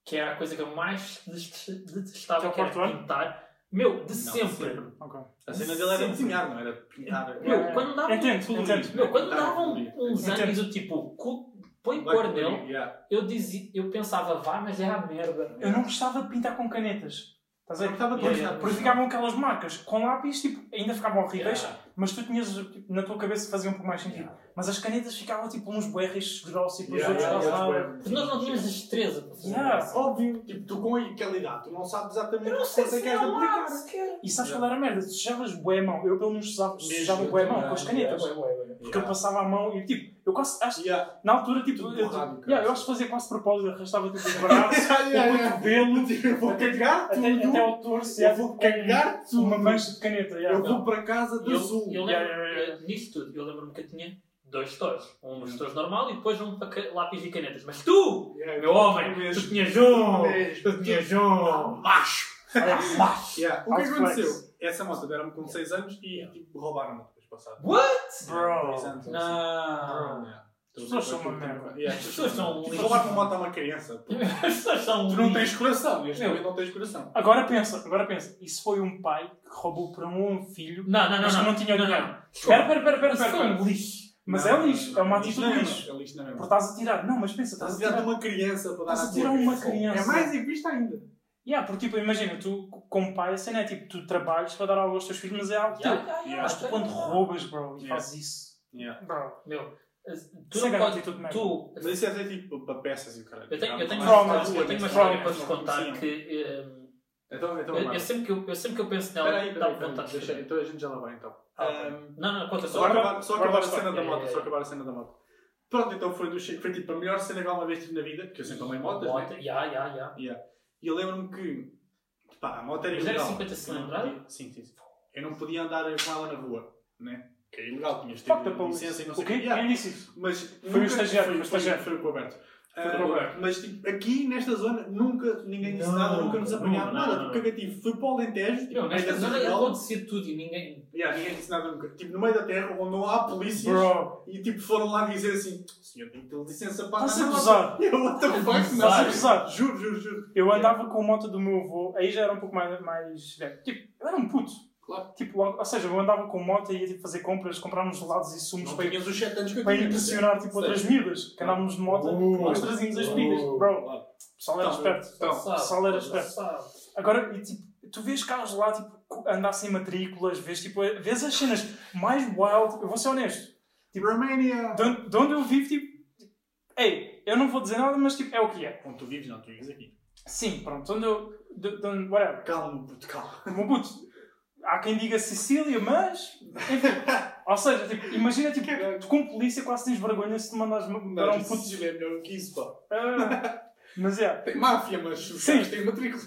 que era a coisa que eu mais detest- detestava,
Que é o
que era
quarto ano?
pintar. Meu, de
Não,
sempre.
sempre.
Ok.
A cena dele era
Sempre.
desenhar, não era pintar.
Meu,
Yeah.
quando dava
é
Entendo,
colorir,
entendo.
meu, quando
Pintar,
dava um-
colorir.
uns
Entendo.
anos do tipo co- põe
Ah, Vai
cor
colorir,
nele,
yeah.
eu, dizia, eu pensava vá, mas era a merda. né.
Eu não gostava de pintar com canetas. Estás a
é
Eu
ver?
gostava de
Porque-
pintar com
Porque
canetas.
ficavam aquelas marcas. Com lápis, tipo, ainda ficavam horríveis.
Yeah.
Mas tu tinhas, tipo, na tua cabeça fazia um pouco mais sentido. Mas as canetas ficavam tipo uns berres grossos e depois
Yeah, yeah,
outros yeah,
yeah, outros
yeah,
é Porque nós não
bué.
tínhamos destreza para fazer
Yeah.
isso.
Óbvio, tipo, tu com aquela idade, tu não sabes exatamente é
Eu não sei
é
se
és
era um
aplicar.
lado sequer.
E sabes
Yeah.
qual era a merda? Sujavas bué a mão. Eu pelo menos sujava,
Mesmo,
sujava
eu
bué a mão
também,
com as canetas.
Ué, ué, ué.
Porque eu passava a mão e tipo, eu quase,
[laughs]
acho, [laughs]
Yeah.
na altura tipo,
Tudo
eu,
borrado,
tipo, yeah,
cara.
eu acho que fazia quase de propósito, arrastava tipo os
[laughs]
braços, o cotovelo,
tipo, Eu vou cagar
até, até
tudo.
ao torso,
Eu
yeah,
vou
com um-
cagar tudo.
uma mancha de caneta. yeah.
Eu vou para casa
E
de
eu,
azul.
eu lembro,
Yeah, yeah, yeah, yeah.
eh, nisso tudo, eu lembro-me que eu tinha dois stores. Um estojo normal e depois um para ca- lápis e canetas. Mas tu,
Yeah,
meu homem, tu
mesmo.
tinhas um!
Mesmo.
é
Ah,
Tu tinhas um! Macho! Era macho!
Yeah. O que
House
aconteceu?
flex.
Essa moto deram-me com 6 anos e tipo, roubaram-me depois passado.
What?
Três
Bro.
anos, assim.
Não!
Yeah.
As pessoas são uma merda.
Yeah,
As pessoas são um
Tipo,
lixo.
Roubar uma moto a uma criança. pô.
As pessoas são. um
Tu não tens coração. Este
Meu.
homem não tens coração.
Agora pensa, agora pensa. Isso foi um pai que roubou para um filho,
Não, não, não.
mas que
não.
não tinha
não,
dinheiro.
não.
Espera, espera, espera, espera,
Isso foi
espera.
um lixo.
Mas
Não,
é lixo, é uma
lixo
atitude
não é
lixo.
mesmo. É lixo, não é
Porque
mesmo.
estás a tirar. Não, mas pensa, estás a tirar.
Tá uma criança para
Estás a
à
tirar
tua
Tá uma
cabeça.
criança.
É mais egoísta ainda.
Yeah, porque tipo, imagina, tu como pai, a cena é tipo, tu trabalhas para dar algo aos teus filhos, mas é algo teu. Mas tu quando roubas, bro, e
Yeah.
fazes isso. Bro.
Meu, tu
Isso
não
é grande
podes.
atitude mesmo.
Tu,
É. Mas isso é até tipo para peças e o caralho.
Eu tenho, eu tenho,
Trauma,
uma, história- eu tenho uma
trauma.
história para vos contar que. ehm,
Então, então
Eu,
agora.
eu sempre que eu, eu sempre que eu penso nela,
Espera aí,
dá-me
peraí, peraí,
vontade de
deixa-
chorar.
Então a gente já lá vai então.
Ah, ok.
Ahm,
Não, não, conta
Só
só.
acabar, só
Guarda
acabar a
a
cena
história.
da
É,
moto,
é,
só
é.
acabar a cena da moto. Pronto, então foi, do Chico, foi tipo a melhor cena que alguma vez tive na vida, porque eu sempre amei motas, né?
Moto, já, já, já.
E eu lembro-me que, pá, a moto era
Mas era
ilegal.
50 cilindrada?
Eu não podia- Sim, sim, sim. Eu não podia andar com ela na rua, né? Que é ilegal, tinhas de
Fuck the
ter
police.
licença e não sei
O quê?
que. Yeah.
Quem disse isso?
Mas
Foi o
nunca-
estagiário, foi o estagiário.
Foi o Roberto.
o
Ah,
Roberto.
mas tipo, aqui nesta zona nunca ninguém disse
Não,
nada, nunca nos
não,
apanharam
não,
nada,
não,
tipo
não.
cagativo. Fui para o Alentejo, tipo,
Não,
meio da
nesta zona
Real,
acontecia tudo e ninguém.
yeah, ninguém disse nada nunca. Tipo, no meio da terra onde não há polícias,
Bro,
e tipo, foram lá dizer assim: senhor, tem que ter licença para
Está-se
andar na
a
moto."
gozar.
Eu, what the fuck,
Está-se a
não.
gozar.
Juro, juro, juro.
Eu andava com a moto do meu avô, aí já era um pouco mais, mais velho. Tipo, eu era um puto.
Claro.
Tipo, ou ou seja, eu andava com a moto e ia tipo, fazer compras, comprar uns gelados e sumos
Não tipo,
para,
tinhas os 7 anos que eu
para
tinha,
impressionar
quer
tipo,
dizer,
outras
sei.
miúdas. Que andávamos de moto,
Uh,
nós trazíamos as
uh,
miúdas. Bro,
claro.
o pessoal era
Então,
esperto.
então,
O pessoal era esperto.
sabe.
Agora, e, tipo, tu vês carros lá, tipo, co- andar sem matrículas, vês, tipo, vês as cenas mais wild, eu vou ser honesto,
Tipo, Romania!
de onde, de onde eu vivo, tipo, ei, eu não vou dizer nada, mas, tipo, é o que é.
Onde tu vives, não, tu vives aqui.
Sim, pronto, de onde eu, de, de onde, whatever.
Calma, puto, calma.
Meu puto, há quem diga Sicília, mas, enfim, ou seja, tipo, imagina, tipo, tu com polícia quase tens vergonha se te mandas mandar
Não,
um
um
puto...
puto é melhor que isso, pá.
Ah, mas, é,
Tem máfia, mas os
Sim.
caras têm matrícula.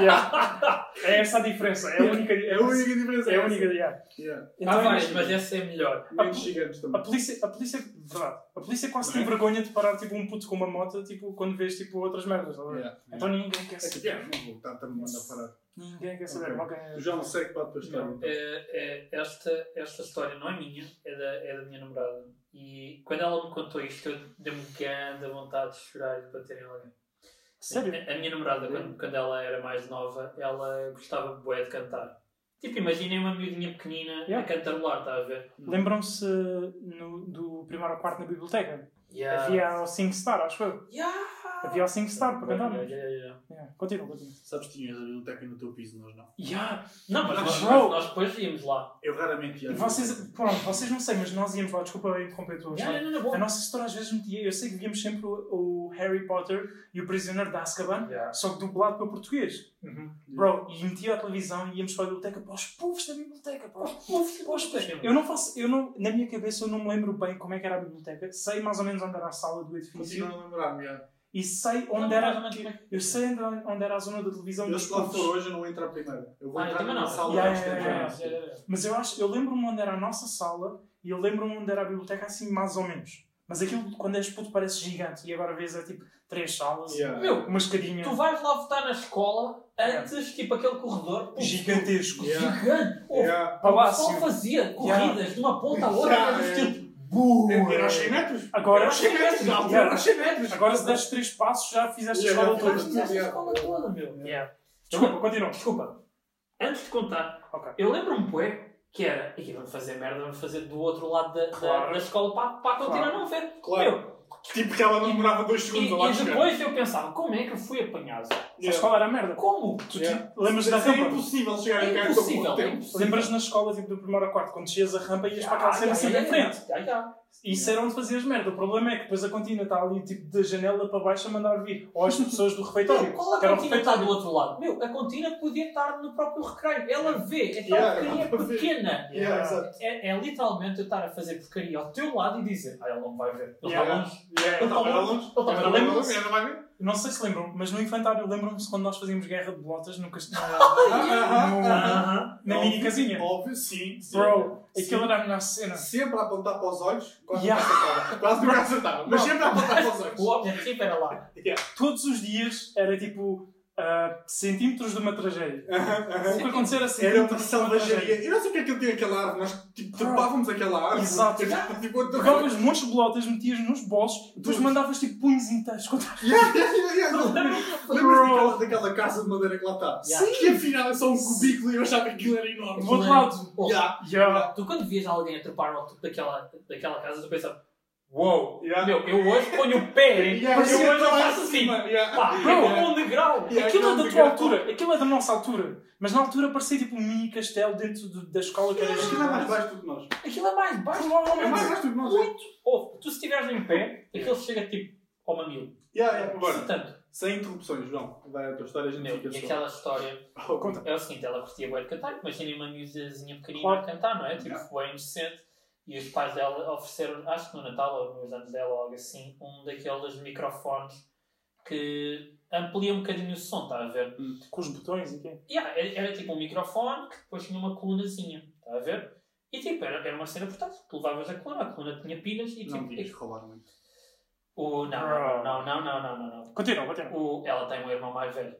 yeah. é essa a diferença, é a única...
É a única diferença.
É a única, yeah.
Yeah.
Então,
Há várias,
imagina-
mas essa é melhor.
Menos gigantes
A
também.
polícia, a polícia, verdade, a polícia quase
Não é?
tem vergonha de parar tipo, um puto com uma moto tipo, quando vês tipo, outras merdas. estás a ver?
Yeah.
Então ninguém quer
É
saber.
tipo, yeah, não vou estar a me mandar parar.
Ninguém quer saber. é-
Ok.
ok.
Eu já não sei que pode depois
Não.
estar.
É, é, esta, esta história não é minha, é da, é da minha namorada. E quando ela me contou isto, eu dei-me um grande vontade de chorar e de bater em alguém.
Sério?
A, a minha namorada, quando, quando ela era mais nova, ela gostava bué de cantar. Tipo, imaginem uma miudinha pequenina
Yeah.
a cantarolar, está tá a ver?
é, Lembram-se no- do primeiro ao quarto na biblioteca?
Yeah.
Havia o Sing Star, acho eu.
Yeah.
Havia o Sing Star para
Yeah,
cantar.
yeah, yeah.
Yeah. Continua, continua.
Sabes que tinhas a biblioteca no teu piso, nós não.
Yeah.
Não, mas nós,
Bro.
nós depois íamos lá.
Eu raramente ia.
E vocês, pronto, vocês não sei, mas nós íamos lá, desculpa eu interromper a tua
Yeah,
história.
não, não,
A
bom.
nossa história às vezes metia, eu sei que víamos sempre o, o Harry Potter e o Prisioneiro de Azkaban,
Yeah.
só que dublado para português.
Uhum.
Bro, e metia a televisão e íamos para a biblioteca, para os puffs da biblioteca, para os puffs, para os puffs.
Sim.
Eu não faço, eu não, na minha cabeça eu não me lembro bem como é que era a biblioteca, sei mais ou menos onde era a sala do edifício
Continuo a lembrar-me. yeah.
e sei onde
Não,
era,
não, não, não.
eu sei onde, onde era a zona da televisão
Eu
dos
se lá
puffs.
for hoje, eu não entro à primeira. Eu vou
Ah, eu
entrar
também
na
não.
sala
Yeah,
antes de
é,
yeah,
entrar na
yeah,
sala.
Mas eu acho, eu lembro-me onde era a nossa sala e eu lembro-me onde era a biblioteca assim mais ou menos. Mas aquilo quando és puto parece gigante e agora vês é tipo três salas,
Yeah.
Meu,
uma escadinha
é. Tu vais lá votar na escola antes,
É.
tipo aquele corredor pô,
gigantesco.
Yeah.
gigante. pô,
Yeah.
Só
Palácio.
É.
fazia corridas de uma
tá
ponta à outra,
Yeah,
mas
yeah.
tipo. Boom!
Era aos 100 metros.
Agora-
Era aos 100 metros.
Yeah.
Era aos 100 metros.
Agora se deres três passos já fizeste a
Yeah,
escola
já
toda.
fizeste.
Fizeste a escola toda,
É.
meu.
Desculpa, continua.
Desculpa. Antes de contar,
Ok.
eu lembro-me, poé, que era. E vamos fazer merda, vamos fazer do outro lado da, da-
Claro.
da escola para, para a cantina
Claro.
não ver.
Claro.
Meu,
Tipo que ela não
E-
demorava 2
e,
segundos a lá
e
chegar.
depois eu pensava, como é que eu fui apanhado?
A
Yeah.
escola era merda.
Como?
Tu
Yeah.
te lembras da
Mas é
rampa?
impossível chegar
É
a casa com
impossível,
pouco
é
tempo.
impossível.
Lembras na escola tipo, do primeiro a quarto, quando descias a rampa ias para
Ah,
aquela cena
yeah,
sempre em
yeah,
frente.
yeah, yeah.
Isso era onde fazias merda. O problema é que depois a contina está ali tipo da janela para baixo a mandar vir. Ou as pessoas do refeitório.
Então, qual a
Tipo, que era o
contina está do
refeitório.
outro lado? Meu, a contina podia estar no próprio recreio. Ela vê, é tal
Yeah, ela
porcaria
vê.
pequena.
Yeah, exato.
É, é literalmente eu estar a fazer porcaria ao teu lado e dizer, ah, ele não vai ver, ele está
Yeah.
longe.
Yeah,
Ele
Ele
tá
estava
longe.
longe.
Ele tá
Ele
longe.
tava longe, ele não vai ver.
Não sei se lembram, mas no infantário lembram-se quando nós fazíamos guerra de bolotas no castelo.
Ah, ah, ah.
na mini casinha.
Óbvio, sim. sim.
Bro,
Sim.
aquilo era a melhor cena.
Sempre a apontar para os olhos, quase
Yeah.
nunca acertava. [laughs] Quase nunca acertava, mas
Não.
sempre a apontar para os
O
olhos.
objetivo era lá.
Todos os dias era tipo ah, centímetros de uma tragédia.
Aham,
O
aham.
que acontecer era centímetros
Ah, Era uma
de tragédia.
selvageria. Eu não sei o que é que ele tinha aquela árvore, nós tipo, trepávamos aquela árvore.
Exato.
Eu tava, Tipo, eu tava-
Pegavas montes de bolotas, metias nos bolsos, depois
Tudo.
mandavas tipo punhos inteiros contra
Yeah, yeah, yeah, [laughs] yeah. Lembras-te daquela,
Bro.
daquela casa de madeira que lá está?
Yeah.
Que afinal é só um cubículo e eu achava que aquilo era enorme.
do outro lado.
Pô,
Yeah.
Yeah.
Tu quando vias alguém a trepar no topo daquela, daquela casa, tu pensavas, uou,
Yeah.
meu, eu hoje ponho o pé,
Yeah,
mas eu
eu
hoje não
tava
faço assim.
acima, yeah.
Pá,
Bro.
eu vou um degrau.
Yeah,
aquilo é
não,
da tua
obrigado.
altura, aquilo é da nossa altura. Mas na altura parecia tipo um mini castelo dentro do- da escola que era
Mas aquilo é mais
gigante.
baixo do que nós.
Aquilo é mais baixo.
É mais baixo do que nós. é.
Muito. Ouve, tu se estiveres em pé, aquilo chega tipo ao mamilo.
Yeah, yeah, bora.
Se tanto.
Sem interrupções, João. Vai a tua história, a gente
Meu,
fica
e
só.
aquela história
Oh, conta.
é o seguinte: ela curtia bem de cantar, imagina uma miúdazinha pequenina
Claro.
a cantar, não é? Tipo,
Yeah.
bem indecente. E os pais dela ofereceram, acho que no Natal ou nos anos dela, ou algo assim, um daqueles microfones que amplia um bocadinho o som, está a ver?
Com os botões e quê?
Yeah, era, era tipo um microfone que depois tinha uma colunazinha, está a ver? E tipo, era, era uma cena portátil. Tu levavas a coluna, a coluna tinha pilhas e
Não
tipo.
me digas que roubaram muito.
o, não, não, não, não, não, não, não.
Continua, continua.
O, ela tem um irmão mais velho.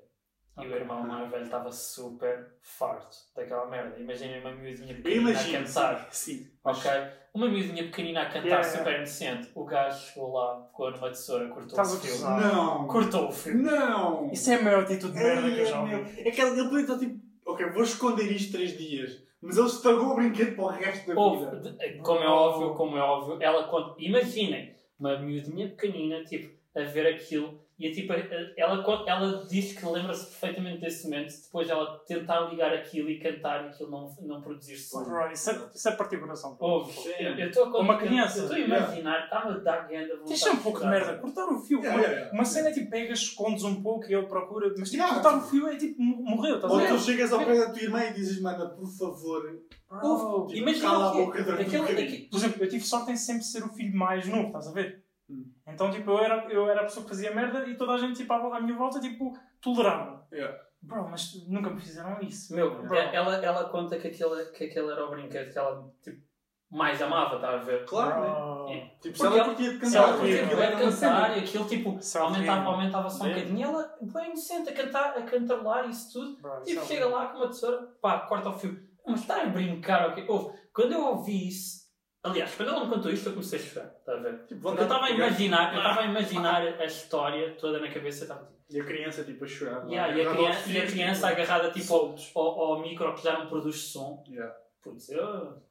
E o
Ok.
irmão mais velho estava super farto daquela merda. Imaginem uma miudinha
Eu
pequenina a
imagino.
cantar.
Sim. sim.
Ok? Uma miudinha pequenina a cantar
Yeah, yeah.
super indecente. O gajo chegou lá, pegou numa tesoura, cortou
Estás
o
a
fio.
gozar.
Não!
Cortou o fio.
Não!
Isso é a maior atitude de merda que eu já
Ai, meu.
ouvi.
É que ele ele podia estar tipo, ok, vou esconder isto 3 dias, mas ele estragou o brinquedo para o resto da
Houve,
vida.
de- como é óbvio, como é óbvio, ela conta. Imaginem, uma miudinha pequenina, tipo, a ver aquilo, e tipo, a- a- ela, con- ela diz que lembra-se perfeitamente desse momento, depois ela tentar ligar aquilo e cantar e aquilo não, não produzir som.
Bro, isso é, isso é partir o coração.
Houve,
Sim.
eu eu estou a
Uma
eu-
criança.
Eu estou a imaginar, tá está-me a dar grande vontade.
Deixa um pouco de
chorar.
merda. Cortar o fio.
tá. Yeah, yeah, yeah.
Uma cena é tipo pegas, escondes um pouco e ele procura. Mas tipo,
Yeah.
cortar o fio é tipo mo- morreu, estás a
Ou
ver?
tu chegas ao pé da tua irmã e dizes, mana, por favor,
Bro.
tipo,
Imagina
cala a
o quê?
boca durante
Aquele-
um bocadinho.
aquele-
Por exemplo, eu tive sorte em sempre ser o filho mais novo, estás a ver?
Hum.
Então, tipo, eu era, eu era a pessoa que fazia merda e toda a gente, tipo, à, vo- à minha volta, tipo, tolerava.
Yeah.
Bro, mas nunca me fizeram isso.
Meu,
Bro.
É, ela, ela conta que aquele, que aquele era o brinquedo que ela tipo, mais amava, está a ver?
Claro, né?
Bro.
É.
Tipo,
Porque
se ela
ela-
curtia de
Se
cantar, tipo,
ela
Sim,
porque
podia
sim.
aquilo era
cantar,
uma cena.
e aquilo tipo
Sim.
aumentava, aumentava só um
Sim.
bocadinho e ela, bem inocente, a cantar, a cantarolar isso tudo.
Bro, isso
Tipo,
é
chega
horrível.
lá com uma tesoura, pá, corta o fio. Mas está a brincar, ok? Ouve, quando eu ouvi isso, aliás, quando ela me contou isto, eu comecei a chorar, está a ver?
Tipo,
Porque eu
vontade
estava a
de pegar.
imaginar, eu estava a imaginar a história toda na cabeça, estava tipo.
E a criança, tipo, a chorar.
Yeah,
lá,
e, a
agarrada ao
criança, e a
fio,
criança
tipo,
agarrada tipo ao, ao, ao micro que já não produz som.
Yeah.
Putz, eu.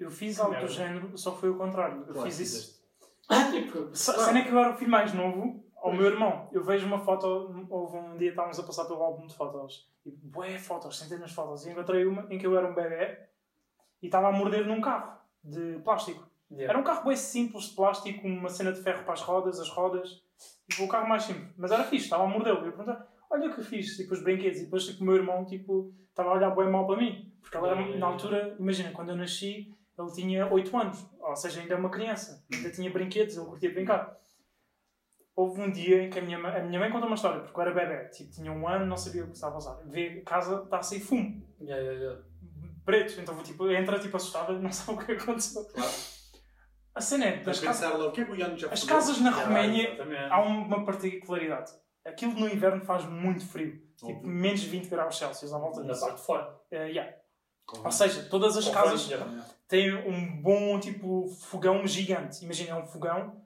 Eu fiz algo do
Merda.
género, só foi o contrário. Eu
Claro,
fiz isso.
fizeste.
tipo,
Sa-
Claro.
Sendo que eu era o filho mais novo ao meu irmão. Eu vejo uma foto, houve um dia estávamos a passar pelo álbum de fotos. E bué fotos, centenas de fotos. E encontrei uma em que eu era um bebê e estava a morder num carro de plástico. Era um carro bem simples de plástico, uma cena de ferro para as rodas, as rodas. Tipo, o carro mais simples. Mas era fixe, estava a mordê-lo. E eu perguntei, olha o que eu fiz, tipo, os brinquedos. E depois, tipo, o meu irmão, tipo, estava a olhar bem mal para mim. Porque ele era, na altura, imagina, quando eu nasci, ele tinha 8 anos. Ou seja, ainda é uma criança. Ainda tinha brinquedos, ele curtia brincar. Houve um dia em que a minha, ma- a minha mãe contou uma história, porque eu era bebê. Tipo, tinha um ano, não sabia o que estava a usar. Vê, a casa está a sair fumo.
Yeah, yeah, yeah.
Preto. Então, tipo, entra, tipo, assustada, não sabe o que aconteceu.
Claro.
A cena é, das
Mas
casas...
pensar lá, o que é que o Ian já
As
fez?
casas na
Yeah,
Roménia
exatamente.
há um- uma particularidade. Aquilo no inverno faz muito frio. Tipo,
Óbvio.
menos 20 graus Celsius à volta
Na
disso.
parte de fora.
Eh, yeah.
Claro.
Ou seja, todas as
Com
casas
franja.
têm um bom tipo fogão gigante. Imagina, é um fogão,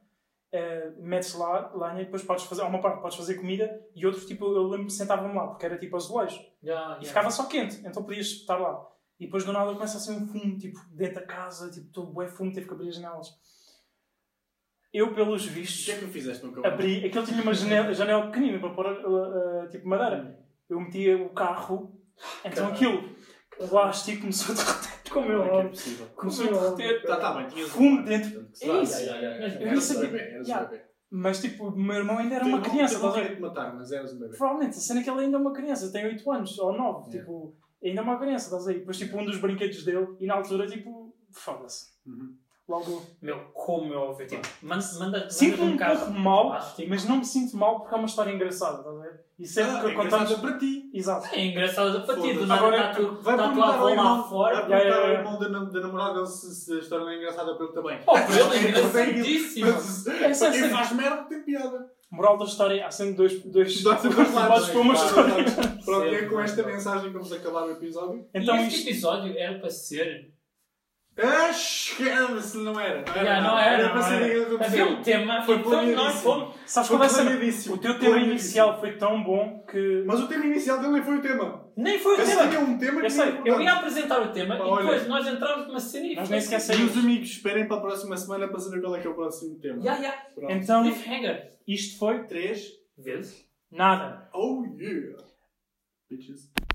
eh, metes lá lenha e depois podes fazer, há uma parte que podes fazer comida e outro tipo, eu lembro sentava-me lá porque era tipo azulejo.
Yeah, yeah.
E ficava só quente, então podias estar lá. E depois do nada começa a ser um fumo, tipo, dentro da casa, tipo, todo bué fumo, teve que abrir as janelas. Eu, pelos
O
vistos,
que é que tu fizeste no cabelo?
abri, aquele tinha uma janela, janela pequenina para pôr uh, uh, tipo madeira. Eu metia o carro, então
Caralho.
aquilo, o plástico começou a derreter, como
Não
eu
é que é
amo.
possível.
Começou a derreter.
Tá, tá bem, tinhas
Fumo
um-
dentro.
portanto,
É
se
isso.
dá- Yeah, yeah, yeah,
Eu
yeah.
não
Eras um
sabia.
bebê, eras um
Yeah.
bebê.
Mas tipo, o meu irmão ainda era uma
Tu não-
criança,
tu não
estás a ver?
queria te matar, mas eras um bebê.
Provavelmente, a cena é que ele ainda é uma criança, tem 8 anos ou 9,
Yeah.
tipo, ainda é uma criança, estás aí. Depois, tipo, um dos brinquedos dele, e na altura, tipo, foda-se.
Uhum.
Logo,
Meu, como é óbvio. Tipo, manda, manda, manda
sinto-me um pouco mal,
plástico.
mas não me sinto mal porque é uma história engraçada, estás a ver? E sempre
Ah,
que
é
eu contamos.
engraçado para ti.
Exato.
É engraçado a partir do
Foda-se.
nada
Agora
está tu,
Vai
tá tu
perguntar ao
avó lá
irmão, vai
fora.
perguntar
Yeah,
ao
yeah,
irmão da, nam- da namorada dele se, se a história não é engraçada para ele também.
Oh, para ele é
Ele
engraçadíssimo.
Mas
Essa é
para
a
quem
cena.
faz merda tem piada.
Moral da história, há sempre dois, dois,
Dá-se dois lados.
para uma
Claro.
história.
Pronto, e é
Sim,
com esta
claro.
mensagem que vamos acabar o episódio.
Então
e este
isto.
episódio era para ser.
Ah, esquece, não era. Não
Yeah, não era,
para
não
ser
era.
ninguém do
Havia um
Brasil.
tema,
Foi
então nós
planeadíssimo.
fomos.
Sabes
Foi
qual é a cena?
planeadíssimo.
O teu tema
Planeadíssimo.
inicial foi tão bom que.
Mas o tema inicial dele nem foi o tema.
Nem foi o
Esse
tema.
tinha um tema que
Eu sei,
não
Eu ia
era
apresentar o tema
Pá,
e depois
olha.
nós entrávamos numa cena e assim.
Nós nem sequer
importante.
saímos.
Meus amigos, esperem para a próxima semana para saber qual é que é o próximo tema.
Ya, ya.
Pronto.
Então,
Cliffhanger.
isto foi
Três.
Vezes.
nada.
Oh yeah. Bitches.